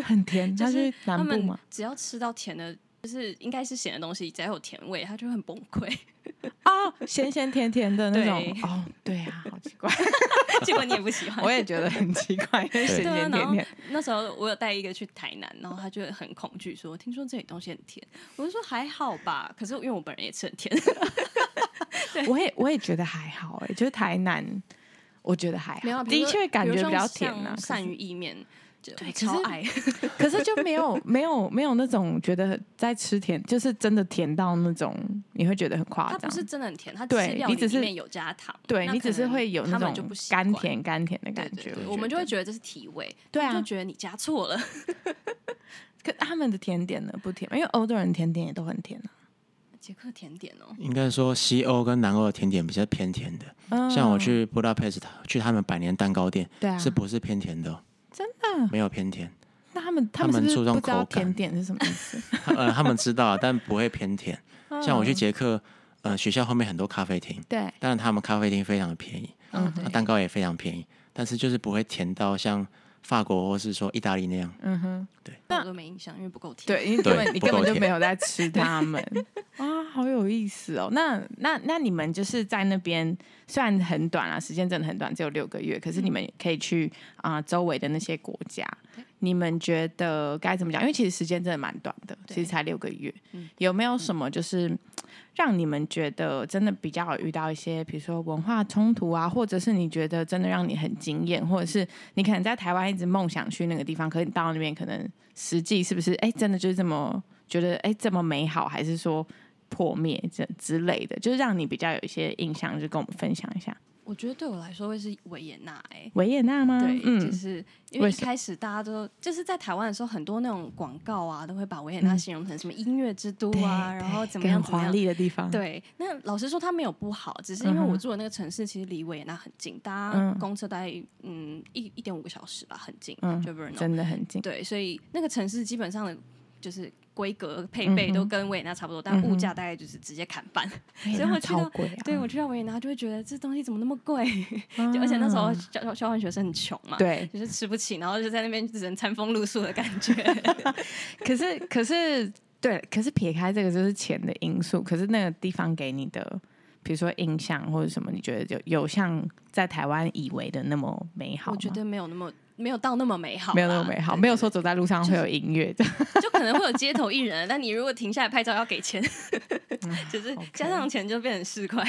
S1: 很甜，
S2: 就
S1: 他
S2: 是
S1: 去南
S2: 他
S1: 部
S2: 们
S1: 吗？
S2: 只要吃到甜的，就是应该是咸的东西，只要有甜味，他就很崩溃。
S1: 啊，咸咸甜甜的那种
S2: 对，
S1: 哦，对啊，好奇 怪，
S2: 结果你也不喜欢。
S1: 我也觉得很奇 怪，咸
S2: 对啊
S1: 咸，
S2: 然
S1: 甜
S2: 后
S1: 甜，
S2: 那时候我有带一个去台南，然后他就很恐惧，说听说这里东西很甜，我就说还好吧，可是因为我本人也吃很甜，
S1: 我也我也觉得还好，哎，就是台南，我觉得还
S2: 没有
S1: 好，
S2: 啊 比
S1: 的
S2: 如说
S1: 确感
S2: 比
S1: 觉
S2: 如说
S1: 比较甜啊
S2: 像，
S1: 可
S2: 鳝
S1: 是
S2: 鱼意面，就
S1: 对可是
S2: 超爱，
S1: 可是就没有没有没有那种觉得在吃甜，就是真的甜到那种你会觉得很夸
S2: 它不
S1: 张。
S2: 是真的很甜，它只
S1: 对
S2: 是料
S1: 你
S2: 理
S1: 只是
S2: 里面有加糖，
S1: 对
S2: 那
S1: 你只
S2: 可
S1: 是
S2: 能
S1: 会有那
S2: 他们就
S1: 种
S2: 不习惯
S1: 甘甜甘甜的感
S2: 对
S1: 觉
S2: 对，对
S1: 觉
S2: 我们就
S1: 得
S2: 会觉得这是提味，
S1: 对啊
S2: 就觉得你加错了，
S1: 可他们的甜点呢不甜，因为欧洲人甜点也都很甜啊。
S2: 捷克甜点哦，
S3: 应该说西欧跟南欧的甜点比较偏甜的，
S1: 嗯
S3: 像我去布达佩斯去他们百年蛋糕店，
S1: 对啊，
S3: 是不是偏甜的哦？
S1: 真的
S3: 没有偏甜，
S1: 那他们
S3: 他
S1: 们是不
S3: 注
S1: 是
S3: 重
S1: 不知道
S3: 口感
S1: 甜点是什么意思？
S3: 呃，他们知道啊， 但不会偏甜。像我去捷克，呃，学校后面很多咖啡厅，
S1: 对，
S3: 当然他们咖啡厅非常的便宜，
S2: 嗯，对
S3: 那啊蛋糕也非常便宜，但是就是不会甜到像法国或是说意大利那样。
S1: 嗯哼，
S2: 但我都没印象，因为不够甜。
S1: 对，因为根
S3: 对
S1: 本你
S3: 不
S1: 根
S3: 够
S1: 本就
S3: 甜
S1: 没有在吃它 们啊，好有意思哦。那那那你们就是在那边，虽然很短啊，时间真的很短，只有六个月，可是你们可以去啊、周围的那些国家。你们觉得该怎么讲？因为其实时间真的蛮短的，其实才六个月。有没有什么就是让你们觉得真的比较有遇到一些，比如说文化冲突啊，或者是你觉得真的让你很惊艳，或者是你可能在台湾一直梦想去那个地方，可是你到那边可能实际是不是哎、真的就是这么觉得哎、这么美好，还是说破灭这之类的，就是让你比较有一些印象，就跟我们分享一下
S2: 我觉得对我来说会是维也纳哎、
S1: 维也纳吗？
S2: 对，
S1: 嗯，
S2: 就是因
S1: 为
S2: 为一
S1: 什
S2: 开始大家都就是在台湾的时候，很多那种广告啊，都会把维也
S1: 嗯
S2: 纳形容成什么音乐之都啊，然后怎么样
S1: 更
S2: 怎么
S1: 华
S2: 样。
S1: 丽的地方，
S2: 对，那老实说，它没有不好，只是因为
S1: 嗯哼
S2: 我住的那个城市其实离维也纳很近，搭
S1: 嗯
S2: 公车大概嗯一一点五个小时吧，很近，
S1: 嗯
S2: 就 Brno
S1: 真的很近。
S2: 对，所以那个城市基本上的就是规格配备都跟维也纳差不多，但
S1: 嗯嗯哼
S2: 物价大概就是直接砍半。
S1: 维也
S2: 所以
S1: 纳
S2: 我去到
S1: 超贵啊，
S2: 对我去到维也纳就会觉得这东西怎么那么贵，
S1: 啊
S2: 就而且那时候交交交换学生很穷嘛，
S1: 对，
S2: 就是吃不起，然后就在那边只能餐风露宿的感觉。
S1: 可是可是对，可是撇开这个就是钱的因素，可是那个地方给你的，比如说印象或者什么，你觉得有有像在台湾以为的那么美 好
S2: 我
S1: 吗？
S2: 觉得没有那么没有到那么美好啦，
S1: 没有那么美好，
S2: 对
S1: 没有说走在路上会有音乐的。
S2: 就可 能会有街头艺人，但你如果停下来拍照要给钱，
S1: 嗯
S2: 就是加上钱就变成四块，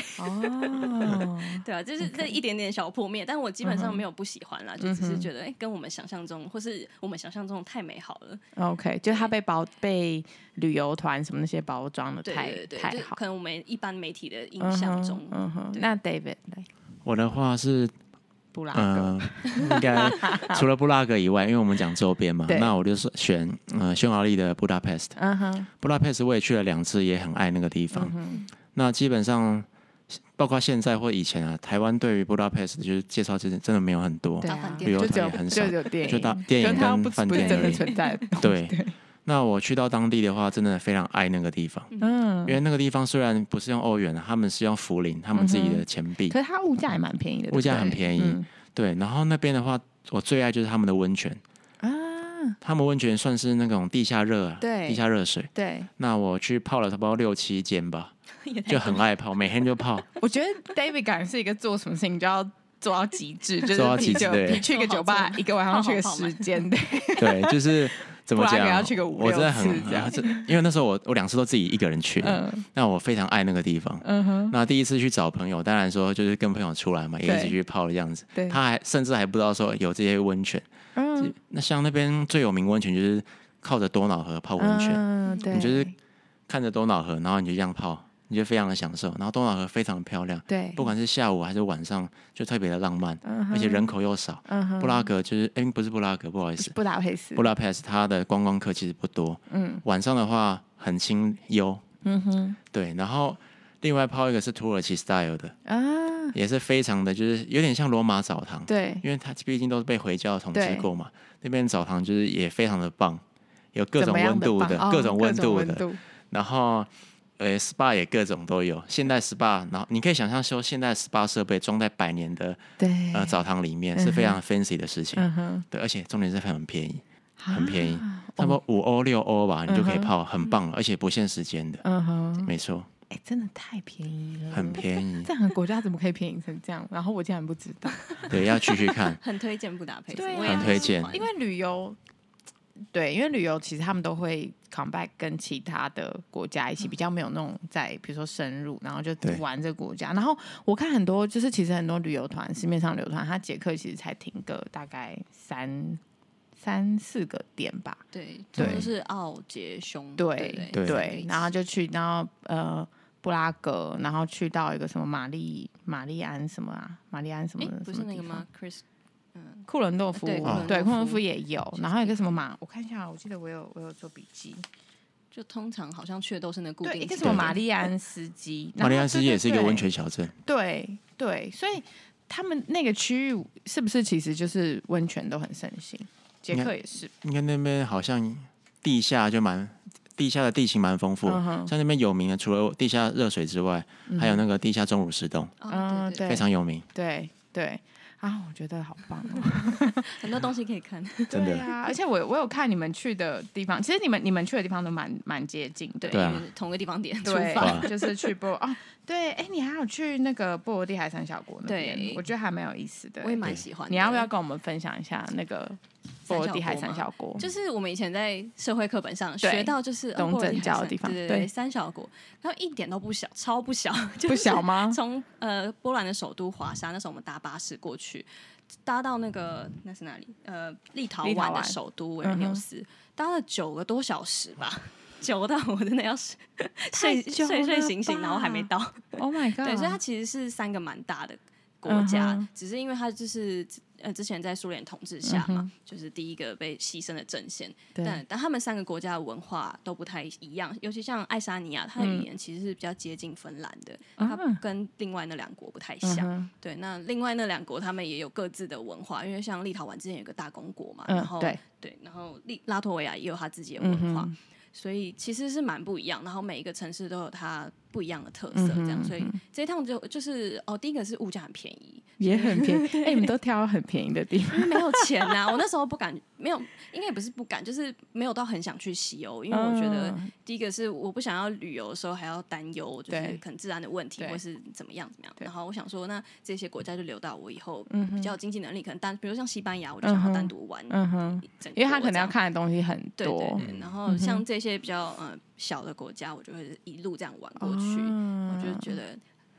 S1: 哦，
S2: 对啊，就是这一点点小破灭，但我基
S1: 嗯
S2: 本上没有不喜欢啦，就只是觉得哎、跟我们想象中或是我们想象中太美好了，
S1: OK，就是它被包被旅游团什么那些包装的
S2: 对
S1: 太
S2: 对对，
S1: 太
S2: 就
S1: 好
S2: 可。能我们一般媒体的印
S1: 嗯
S2: 象
S1: 哼
S2: 中，
S1: 嗯哼，
S2: 对
S1: 那 David 来
S3: 我的话是，
S1: 布拉格，
S3: 嗯、 应该除了布拉格以外，因为我们讲周边嘛
S1: 对，
S3: 那我就是选呃匈牙利的布达佩斯特。
S1: 嗯哼，嗯
S3: 布达佩斯我也去了两次，也很爱那个地方。那基本上，包括现在或以前啊，台湾对于布达佩斯特就是介绍，真的真的没有很多
S1: 对。
S2: 大
S1: 啊，
S2: 饭店
S3: 旅游
S1: 就只
S3: 团
S1: 有
S3: 也很少
S1: 就只。有电影，
S3: 就大电影
S1: 可是它
S3: 跟
S1: 不是
S3: 饭
S1: 不是
S3: 店
S1: 真的
S3: 而已
S1: 存在的。
S3: 对，那我去到当地的话，真的非常爱那个地方，
S1: 嗯
S3: 因，为那个地方虽然不是用欧元啊，他们是用福林，他们自己的钱币。
S1: 嗯可是它物价也蛮便宜的，
S3: 物价
S1: 对不
S3: 很
S1: 对
S3: 便宜
S1: 嗯
S3: 对，然后那边的话，我最爱就是他们的温泉，
S1: 啊，
S3: 他们温泉算是那种地下热啊，
S1: 对
S3: 地下热水。
S1: 对，
S3: 那我去泡了差不多六七间 吧，
S2: 也太
S3: 就很爱泡，每天就泡。
S1: 我觉得 David 感觉是一个做什么事情就要做到极致，就是
S3: 做到
S1: 啤
S3: 极致
S1: 酒
S3: 对
S1: 去个酒吧
S2: 做好做
S1: 一个晚上去个
S2: 泡好
S1: 时
S2: 泡满
S1: 间，对，
S3: 对，就是怎么
S1: 布拉
S3: 讲
S1: 格要去个，五
S3: 我真的
S1: 六次
S3: 很嗯
S1: 这样
S3: 这因为那时候我我两次都自己一个人去的，
S1: 嗯
S3: 那我非常爱那个地方。
S1: 嗯哼，
S3: 那第一次去找朋友，当然说就是跟朋友出来嘛，也一
S1: 对
S3: 起去泡的样子。
S1: 对
S3: 他还甚至还不知道说有这些温泉。
S1: 嗯
S3: 那像那边最有名温泉就是靠着多瑙河泡温泉，
S1: 嗯对，
S3: 你就是看着多瑙河，然后你就这样泡，你就非常的享受。然后多瑙河非常漂亮，
S1: 对，
S3: 不管是下午还是晚上，就特别的浪漫，
S1: 嗯
S3: 而且人口又少。
S1: 嗯哼
S3: 布拉格就是，哎、不是布拉格，不好意思，
S1: 布达佩斯
S3: 布，达佩斯它的观光客其实不多，
S1: 嗯
S3: 晚上的话很清幽，
S1: 嗯哼
S3: 对。然后另外泡一个是土耳其 style 的，
S1: 啊，
S3: 也是非常的，就是有点像罗马澡堂，
S1: 对，
S3: 因为它毕竟都是被回教统治
S1: 对
S3: 过嘛，那边澡堂就是也非常的棒，有各
S1: 怎
S3: 种
S1: 么样
S3: 温度
S1: 吧
S3: 的，
S1: 哦
S3: 各种温度的，
S1: 度
S3: 然后呃 SPA 也各种都有，现代 SPA，然后你可以想象说现代 SPA 设备装在百年的
S1: 对，
S3: 呃澡堂里面是非常 fancy 的事情，
S1: 哎嗯哼，
S3: 对，而且重点是很便宜，很便宜，
S1: 啊
S3: 差不多五欧六欧吧，你就可以泡，很棒，而且不限时间的，
S1: 嗯哼，
S3: 没错，
S1: 哎，真的太便宜了，
S3: 很便宜，
S1: 这样的国家怎么可以便宜成这样？然后我竟然不知道。
S3: 对，要去去看，
S2: 很推荐布达佩斯，
S1: 对啊
S2: 我也
S3: 很推
S2: 喜
S3: 荐
S2: 欢
S1: 因为旅游，对，因为旅游其实他们都会 come back 跟其他的国家一起，比较没有那种在比如说深入，然后就
S3: 对
S1: 玩这个国家。然后我看很多就是其实很多旅游团，市面上旅游团，它捷克其实才停个大概三三四个点吧，
S2: 对，
S3: 对
S2: 就是奥杰兄，
S1: 对
S2: 对
S1: 对，然后就去，然后呃。布拉格，然后去到一个什么玛丽玛丽安什么啊，玛丽安什么
S2: 哎
S1: 的、，
S2: 不
S1: 什
S2: 是
S1: 么
S2: 那个
S1: 地方
S2: 吗？Chris，嗯，
S1: 库伦豆夫，啊
S2: 对库伦
S1: 对，
S2: 豆
S1: 库伦
S2: 夫
S1: 夫也有，然后有一个什么马，我看一下，我记得我有我有做笔记，
S2: 就通常好像去的都是那固
S1: 对，
S2: 定
S1: 一
S2: 景
S1: 个
S2: 点，
S1: 什么玛丽安斯 基， 然
S3: 马
S1: 后
S3: 里安斯基也是一个
S1: 对对
S3: 温泉小镇，
S1: 对对，所以他们那个区域是不是其实就是温泉都很盛行？捷克也是，
S3: 应该那边好像地下就蛮地下的地形蛮丰富，
S1: 嗯哼
S3: 像那边有名的除了地下热水之外，还有那个地下钟乳石洞、
S2: 啊，对对
S1: 对
S3: 非常有名。
S1: 对对啊，我觉得好棒哦。
S2: 很多东西可以看。
S3: 真的
S1: 对啊，而且我我有看你们去的地方，其实你们你们去的地方都蛮蛮接近 的。
S3: 对啊
S2: 因为同个地方点出
S1: 对
S2: 发。
S3: 哇
S1: 就是去波哦，对，哎，你还有去那个波罗的海三小国那边
S2: 对，
S1: 我觉得还蛮有意思的
S2: 我。也蛮喜欢的。
S1: 你要不要跟我们分享一下那个波罗的海三小国？
S2: 就是我们以前在社会课本上
S1: 嗯对
S2: 学到，就是呃
S1: 东
S2: 波罗
S1: 正
S2: 海
S1: 教的
S2: 三
S1: 地方
S2: 对
S1: 对
S2: 对，三小国，它一点都不小，超不小， 就是
S1: 不小吗？
S2: 从呃波兰的首都华沙，那时候我们搭巴士过去，搭到那个那是哪里？呃，立陶
S1: 立陶
S2: 宛
S1: 宛嗯
S2: 的首都维尔纽斯，搭了九个多小时吧， 久到我真的要睡睡
S1: 久
S2: 睡睡
S1: 了
S2: 醒醒，然后还没
S1: 吧
S2: 到。
S1: Oh my god！
S2: 对，所以它其实是三个蛮大的国家，
S1: 嗯哼
S2: 只是因为它就是呃之前在苏联统治下嘛，
S1: 嗯哼
S2: 就是第一个被牺牲的阵线。但
S1: 对
S2: 但他们三个国家的文化都不太一样，尤其像爱沙尼亚，它的语言其实是比较接近芬兰的，它
S1: 嗯啊
S2: 跟另外那两国不太
S1: 嗯
S2: 像。
S1: 哼
S2: 对，那另外那两国他们也有各自的文化，因为像立陶宛之前有个大公国嘛，然
S1: 嗯，
S2: 后
S1: 对，
S2: 对，然后立拉脱维亚也有它自己的
S1: 嗯
S2: 文
S1: 哼
S2: 化，所以其实是蛮不一样。然后每一个城市都有它不一样的特
S1: 嗯
S2: 色，
S1: 哼
S2: 这样。所以
S1: 嗯
S2: 这一趟就就是哦，第一个是物价很便宜，
S1: 也很便宜。哎，你们都挑很便宜的地方
S2: 因为没有钱呐、我那时候不敢，没有，应该也不是不敢，就是没有到很想去西欧， 因为我觉得
S1: 嗯
S2: 第一个是我不想要旅游的时候还要担忧，就
S1: 对
S2: 是可能治安的问题
S1: 对
S2: 或是怎么样怎么样。
S1: 对
S2: 然后我想说，那这些国家就留到我以后
S1: 嗯哼
S2: 比较有经济能力，可能单，比如像西班牙，我就
S1: 嗯
S2: 想
S1: 哼
S2: 要单独玩
S1: 嗯哼，
S2: 整国这样，
S1: 因为他可能要看的东西很
S2: 对对
S1: 多。嗯
S2: 对，然后像这些比较呃小的国家，我就会一路这样玩嗯过去，我
S1: 我
S2: 就觉得，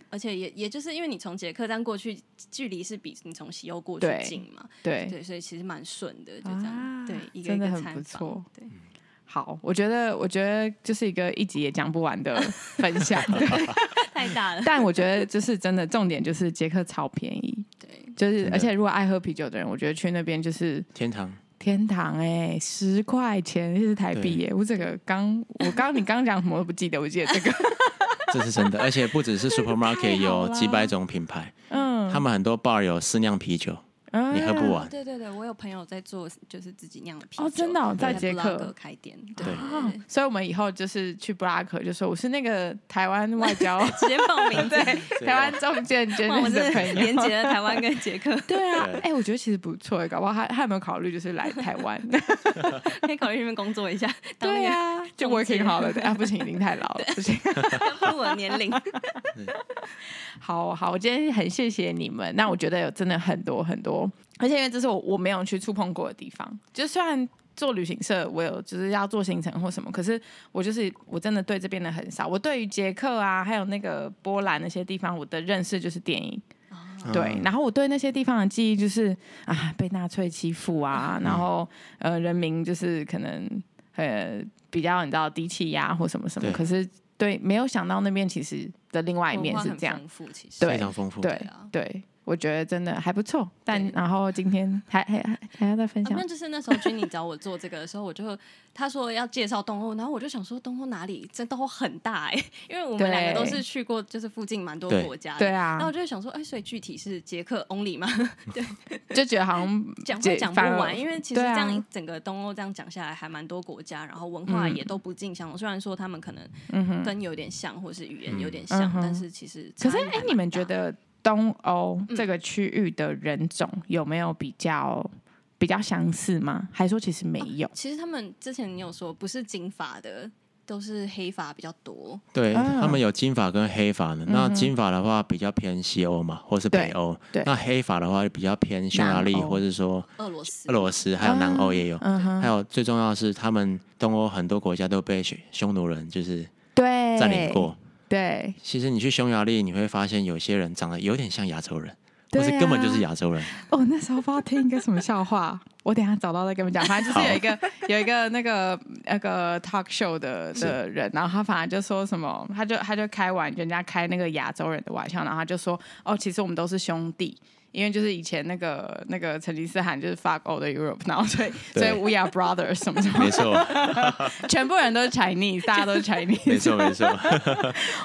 S2: 而且也也就是因为你从捷克站过去，距离是比你从西欧过去
S1: 对
S2: 近嘛，
S1: 对，
S2: 对，所以其实蛮顺的，就这样，
S1: 啊
S2: 对，一个
S1: 真
S2: 一
S1: 的
S2: 个
S1: 很
S2: 参
S1: 不
S2: 访
S1: 错，
S2: 对，
S1: 好，我觉得，我觉得就是一个一集也讲不完 的分享，
S2: 太大了，
S1: 但我觉得就是真的重点就是捷克超便宜，
S2: 对，
S1: 就是
S3: 真的
S1: 而且如果爱喝啤酒的人，我觉得去那边就是
S3: 天堂
S1: 天堂哎、十块钱是台币欸耶、我这个刚我刚你刚讲什么我都不记得，我记得 这个，
S3: 这 是真的，而且不只是 supermarket
S1: 太好
S3: 有
S1: 了
S3: 几百种品牌，
S1: 嗯，
S3: 他们很多 bar 有私酿啤酒，
S1: 嗯
S3: 你喝不完。
S2: 对对对，我有朋友在做就是自己酿的啤酒，
S1: 哦真的哦在捷
S2: 布拉
S1: 克
S2: 格开店，对
S3: 对
S1: 哦所以我们以后就是去布拉格，就说我是那个台湾外 交
S2: 直接 报名，对，
S3: 啊
S1: 台湾中 建捐
S2: 哇我
S1: 认
S2: 是
S1: 的朋友
S2: 连。接了台湾跟捷克，
S1: 对啊，
S3: 对
S1: 哎、我觉得其实不错，搞不好他他有没有考虑就是来台湾？
S2: 可以考虑那边工作一下，当那
S1: 对
S2: 个
S1: 啊，就
S2: 中
S1: working
S2: 介
S1: 好了的啊，不行，已经太老了，不行。
S2: 不符合 年龄。
S1: 好好，我今天很谢谢你们。那我觉得有真的很多很多，而且因为这是我我没有去触碰过的地方，就虽然。做旅行社，我有就是要做行程或什么，可是我就是我真的对这边的很少。我对于捷克啊，还有那个波兰那些地方，我的认识就是电影，
S2: 哦嗯
S1: 对，然后我对那些地方的记忆就是啊，被纳粹欺负
S2: 嗯
S1: 啊，然后呃，人民就是可能呃比较你知道低气压或什么什么，
S3: 对
S1: 可是对，没有想到那边其实的另外一面是这样，
S2: 文化很丰富，其实
S1: 对
S3: 非常丰富。
S1: 对
S2: 啊
S1: 对，我觉得真的还不错。但
S2: 对
S1: 然后今天还还还还要再分
S2: 啊
S1: 享
S2: 那，就是那时候君你找我做这个的时候，我就他说要介绍东欧，然后我就想说东欧哪里？这东欧很大哎、因为我们两个都
S1: 对
S2: 是去过，就是附近蛮多
S3: 对
S2: 国家的。
S1: 对
S2: 然后
S1: 啊
S2: 我，就想说，哎、所以具体是捷克 only 吗？
S1: 就觉得好像
S2: 讲
S1: 这
S2: 会讲不
S1: 反而
S2: 完，因为其实
S1: 对
S2: 这
S1: 啊
S2: 样一整个东欧这样讲下来，还蛮多国家，然后文化
S1: 嗯
S2: 也都不尽相同。虽然说他们可能
S1: 嗯哼。
S2: 跟有点像，或是语言有点
S1: 嗯
S2: 像，
S1: 哼
S2: 但是其实
S1: 可是
S2: 差异还
S1: 哎，
S2: 蛮
S1: 你们
S2: 大
S1: 觉得东欧这个区域的人种有没有比较比较相似吗？还说其实没有？
S2: 其实他们之前你有说不是金发的，都是黑发比较多。
S3: 对，
S1: 啊
S3: 他们有金发跟黑发的。那金发的话比较偏西欧嘛，或是北欧
S1: 嗯对对。
S3: 那黑发的话就比较偏匈牙利，
S1: 南欧
S3: 或者说
S2: 俄罗斯，
S3: 俄罗斯，还有南欧也有。
S1: 嗯哼，
S3: 还有最重要的是，他们东欧很多国家都被匈匈奴人就是
S1: 对，
S3: 占领，过。
S1: 哎对，
S3: 其实你去匈牙利，你会发现有些人长得有点像亚洲人，
S1: 对
S3: 或
S1: 啊
S3: 是根本就是 亚洲人。
S1: 哦，那时候不知道听一个什么笑话，我等一下找到再跟你们讲。反正就是有一个有一个那个那个 talk show 的的人，然后他反正就说什么，他就他就开玩人家开那个亚洲人的玩笑，然后他就说哦，其实我们都是兄弟。因为就是以前那个那个成吉思汗就是 fuck all the Europe，然后所以所以
S3: 对
S1: we are brothers 什么什么，
S3: 没错，
S1: 全部人都是 Chinese，大家 都是 Chinese，
S3: 没错，没错。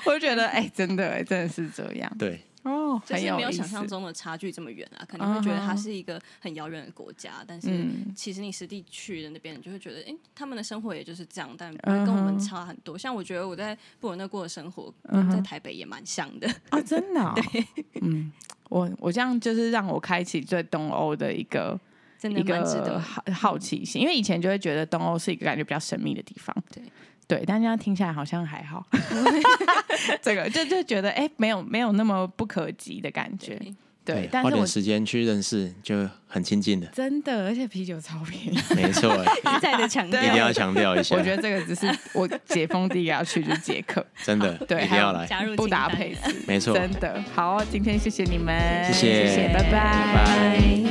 S1: 我就觉得哎、真的哎、真的是这样
S3: 对，
S1: 哦。哦，
S2: 就
S1: 很
S2: 是
S1: 有
S2: 没有
S1: 意
S2: 想
S1: 思
S2: 象中的差距这么远啊，可能会觉得
S1: 啊哈
S2: 它是一个很遥远的国家，但是
S1: 嗯
S2: 其实你实地去的那边，你就会觉得，哎、他们的生活也就是这样，但不会跟我
S1: 嗯哼
S2: 们差很多。像我觉得我在布伦那过的生活，
S1: 嗯
S2: 跟
S1: 哼
S2: 在台北也蛮像的。
S1: 啊，真的、 哦，嗯，我我这样就是让我开启对东欧的一个
S2: 真
S1: 一
S2: 的蛮值
S1: 个
S2: 得。嗯
S1: 好好奇心，因为以前就会觉得东欧是一个感觉比较神秘的地方，
S2: 对
S1: 对，但这样听下来好像还 好，这个就就觉得哎、没有没有那么不可及的感觉，
S2: 对
S1: 对，但
S3: 花
S1: 是我，
S3: 点时间去认识就很亲近的
S1: 真的，而且啤酒超 便宜，
S3: 没错，
S2: 一再的强调
S3: 一定要强调一下
S1: 啊我，觉得这个只是我解封第一个要去就是 捷克，
S3: 真的
S1: 对
S3: 一定要来，
S2: 加入
S1: 不搭
S2: 清单
S1: 配，
S3: 没错，
S1: 哦真的好，今天谢谢你们，
S3: 谢
S1: 谢
S3: 谢
S1: 谢，拜
S3: 拜拜
S1: 拜